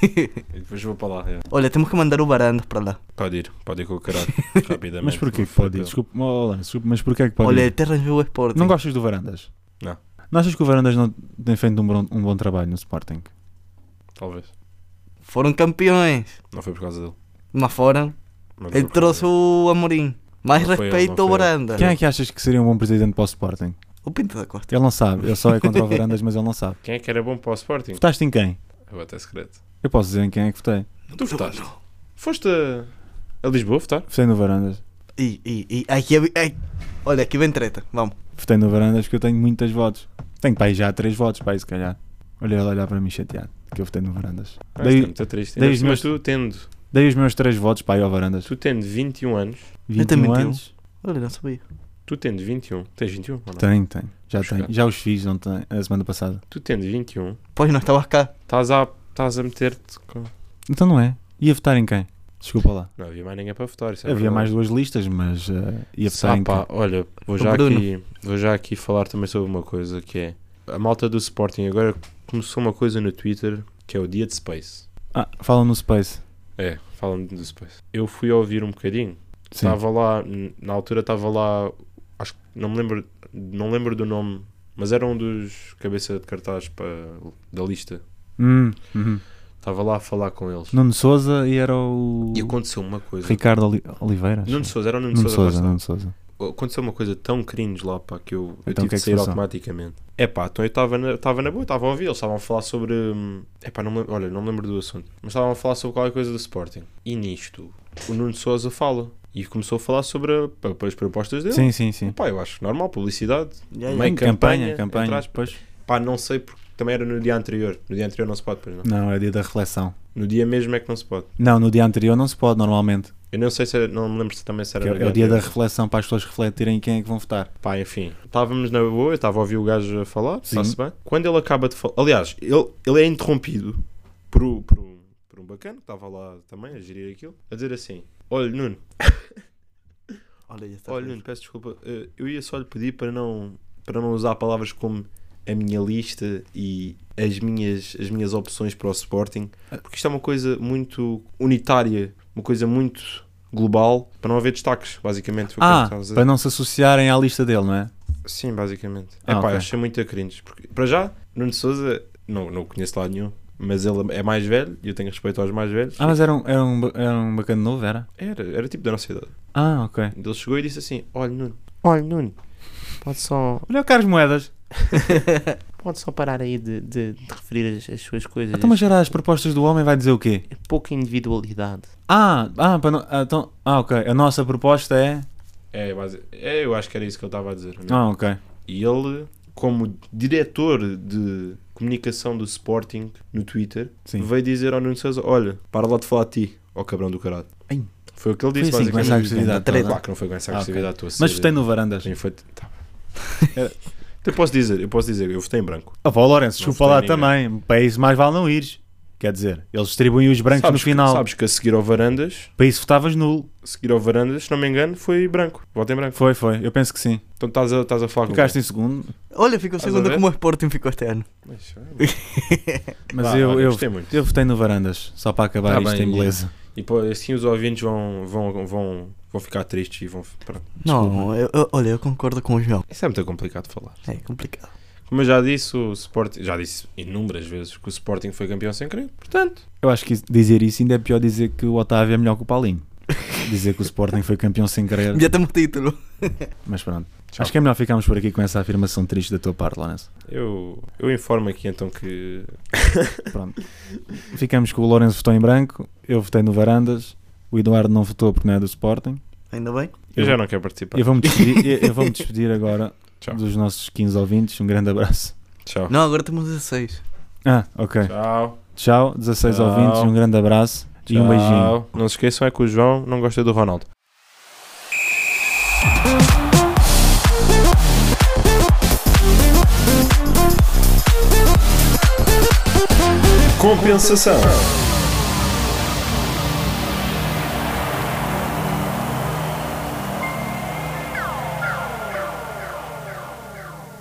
A: e depois vou para lá. É.
C: Olha, temos que mandar o Varanda para lá.
A: Pode ir, pode ir com o caralho. rapidamente.
B: Mas porquê que
A: Foi
B: pode ir?
A: pelo-
B: Desculpa, oh, Alan, desculpa, mas porquê que pode
C: Olha,
B: ir?
C: até arranjou o Sporting.
B: Não gostas do Varandas?
A: Não.
B: Não achas que o Varandas não tem feito um bom, um bom trabalho no Sporting?
A: Talvez.
C: Foram campeões.
A: Não foi por causa dele.
C: Mas foram.
A: Não foi
C: Ele
A: por causa
C: trouxe o Amorim. Mais
A: Não foi ele,
C: respeito
A: não
C: ao
A: foi ele.
C: Varanda.
B: Quem é que achas que seria um bom presidente para o Sporting?
C: O Pinto da Costa.
B: Ele não sabe, ele só é contra o Varandas, mas ele não sabe.
A: dele. Quem é que era bom para o Sporting?
B: Votaste em quem?
A: Eu vou até secreto.
B: Eu posso dizer em quem é que votei.
A: Tu votaste? Foste a, a Lisboa votar?
B: Votei no Varandas.
C: E, e, e aqui é- é- Olha, aqui vem treta. Vamos.
B: Votei no Varandas porque eu tenho muitas votos. Tenho para aí já três votos, para aí se calhar. Olha ele a olhar para mim chateado, que eu votei no Varandas.
A: Ah,
B: Dei-
A: isto é muito triste. Ainda
B: dei
A: por
B: os
A: cima,
B: meus-
A: Mas tu tendo,
B: Dei os meus três votos para aí ao Varandas.
A: tu tendo 21 anos,
B: 21
C: também tenho.
B: anos?
C: Olha, não sabia.
A: tu tendo 21, tens 21 ou não?
B: Tenho, tenho. Já
A: Vou
B: tenho.
A: chegar.
B: Já os fiz ontem, a semana passada.
A: Tu tendo 21,
C: Pois não estavas cá.
A: estás a, estás a meter-te com...
B: Então não é? Ia votar em quem? Desculpa lá.
A: Não havia mais ninguém para votar. Isso é
B: Havia
A: verdade.
B: mais duas listas, mas eh, ia votar
A: Ah,
B: em Então,
A: pá,
B: quem?
A: olha, vou
C: O
A: já,
C: Bruno.
A: aqui, vou já aqui falar também sobre uma coisa que é a malta do Sporting agora começou uma coisa no Twitter que é o dia de Space.
B: Ah, falam no Space.
A: É, falando do Space. Eu fui ouvir um bocadinho.
B: Sim.
A: Estava lá, n- na altura estava lá, acho que não me lembro, não lembro do nome, mas era um dos cabeça de cartaz pa, da lista.
B: Hum, uhum.
A: Estava lá a falar com eles.
B: Nuno Souza e era o
A: E aconteceu uma coisa.
B: Ricardo Oli- Oliveira. acho.
A: Nuno Souza, era o Nuno,
B: Nuno
A: Sousa,
B: Souza,
A: lá
B: Nuno Souza.
A: está. Aconteceu uma coisa tão cringe lá, pá, que eu, eu
B: Então,
A: tive
B: o que é
A: que
B: que
A: sair
B: passou?
A: automaticamente. É pá, então eu estava na, estava na boa, estava a ouvir, eles estavam a falar sobre. hum, É pá, não me lembro, olha, não me lembro do assunto. Mas estavam a falar sobre qualquer coisa do Sporting. E nisto, o Nuno Souza fala. E começou a falar sobre a- pa- pa- as propostas dele.
B: Sim, sim, sim.
A: Pá, eu acho normal, publicidade.
C: Já, já.
A: Meio campanha,
B: campanha,
A: entre
B: campanha.
A: aspas.
B: Pois.
A: Pá, não sei porque também era no dia anterior. No dia anterior não se pode, pois não.
B: Não, é dia da reflexão.
A: No dia mesmo é que não se pode.
B: Não, no dia anterior não se pode normalmente.
A: Eu não sei se era, não me lembro se também se era
B: que é,
A: no
B: é o dia da
A: anterior.
B: reflexão para as pessoas refletirem quem é que vão votar.
A: Pá, enfim, estávamos na boa, eu estava a ouvir o gajo a falar,
B: Sim.
A: está-se bem. Quando ele acaba de falar, aliás, ele, ele é interrompido por, o- por, um, por um bacana que estava lá também a gerir aquilo, a dizer assim: Olha, Nuno,
C: Olha, já
B: Tá
C: está.
A: olha, Nuno, peço desculpa, eh, eu ia só lhe pedir para não, para não usar palavras como a minha lista e as minhas, as minhas opções para o Sporting,
B: Ah.
A: porque isto é uma coisa muito unitária, uma coisa muito global, para não haver destaques, basicamente. foi o que eu
B: Ah,
A: estava a dizer.
B: para não se associarem à lista dele, não é?
A: Sim, basicamente.
B: Ah,
A: é pá,
B: ok.
A: achei muito a cringe. Porque, para já, Nuno Souza, não, não o conheço de lado nenhum, mas ele é mais velho e eu tenho respeito aos mais velhos.
B: Ah, mas era um, era um, ba- era um bacana novo, era?
A: Era, era tipo da nossa idade.
B: Ah, ok.
A: Ele chegou e disse assim: Olha, Nuno, olha, Nuno, pode só.
B: Olha o Carlos Moedas.
F: Pode só parar aí de, de- de referir as, as suas coisas.
B: Então, mas era as propostas do homem vai dizer o quê?
F: É pouca individualidade.
B: Ah, ah, para não, ah, então, ah, ok. A nossa proposta é.
A: É, mas, é, eu acho que era isso que ele estava a dizer. não é?
B: Ah, ok.
A: E ele, como diretor de comunicação do Sporting no Twitter,
B: Sim.
A: veio dizer ao Nuno Sousa: Olha, para lá de falar de ti, ó cabrão do caralho.
B: Ai.
A: Foi o que ele
B: Foi
A: disse,
B: assim, com essa
A: basicamente.
B: agressividade.
C: Treta.
B: toda.
A: Claro que não foi com essa
B: Ah, ok.
A: agressividade tua.
B: Mas votei no Varandas.
A: Foi... Tá. Era- É, Eu posso dizer, eu posso dizer, eu votei em branco.
B: Ah, pá, Lourenço, desculpa
A: votei
B: lá
A: ninguém.
B: também. Para isso, mais vale não ires. Quer dizer, eles distribuem os brancos
A: sabes,
B: no final.
A: Que, sabes que a seguir ao Varandas,
B: Para isso, votavas nulo.
A: a seguir ao Varandas, se não me engano, foi branco. Vota em branco.
B: Foi, foi. Eu penso que sim.
A: Então estás a, estás a falar com
B: Ficaste em segundo,
C: Olha, ficou
A: Estás a
C: segundo
A: ver?
C: como o Sporting ficou este ano.
A: Mas,
B: mas
A: Vá,
B: eu,
A: olha,
B: eu,
A: gostei muito.
B: eu votei no Varandas. Só para acabar
A: Tá
B: isto
A: bem,
B: em beleza.
A: E pô, assim os ouvintes vão, vão, vão, vão ficar tristes e vão. pronto.
C: Não, eu- eu- olha, eu concordo com o João.
A: Isso é muito complicado de falar.
C: É complicado.
A: Como eu já disse, o Sporting, já disse inúmeras vezes que o Sporting foi campeão sem querer. Portanto,
B: Eu acho que isso- dizer isso ainda é pior dizer que o Otávio é melhor que o Paulinho. dizer que o Sporting foi campeão sem querer.
C: Já temos título.
B: Mas pronto.
A: Tchau.
B: Acho que é melhor ficarmos por aqui com essa afirmação triste da tua parte, Lourenço.
A: eu, eu informo aqui então que.
B: Pronto. Ficamos com o Lourenço votou em branco, eu votei no Varandas, o Eduardo não votou porque não é do Sporting.
C: Ainda bem?
A: Eu
B: Eu-
A: já não quero participar.
B: Eu vou-me despedir, eu- eu vou-me despedir agora
A: Tchau.
B: dos nossos 15 ouvintes. Um grande abraço.
A: Tchau.
C: Não, agora temos 16.
B: Ah, ok.
A: Tchau.
B: Tchau, 16
A: Tchau.
B: ouvintes, um grande abraço e um beijinho.
A: Tchau. Não se esqueçam é que o João não gosta do Ronaldo.
E: Compensação.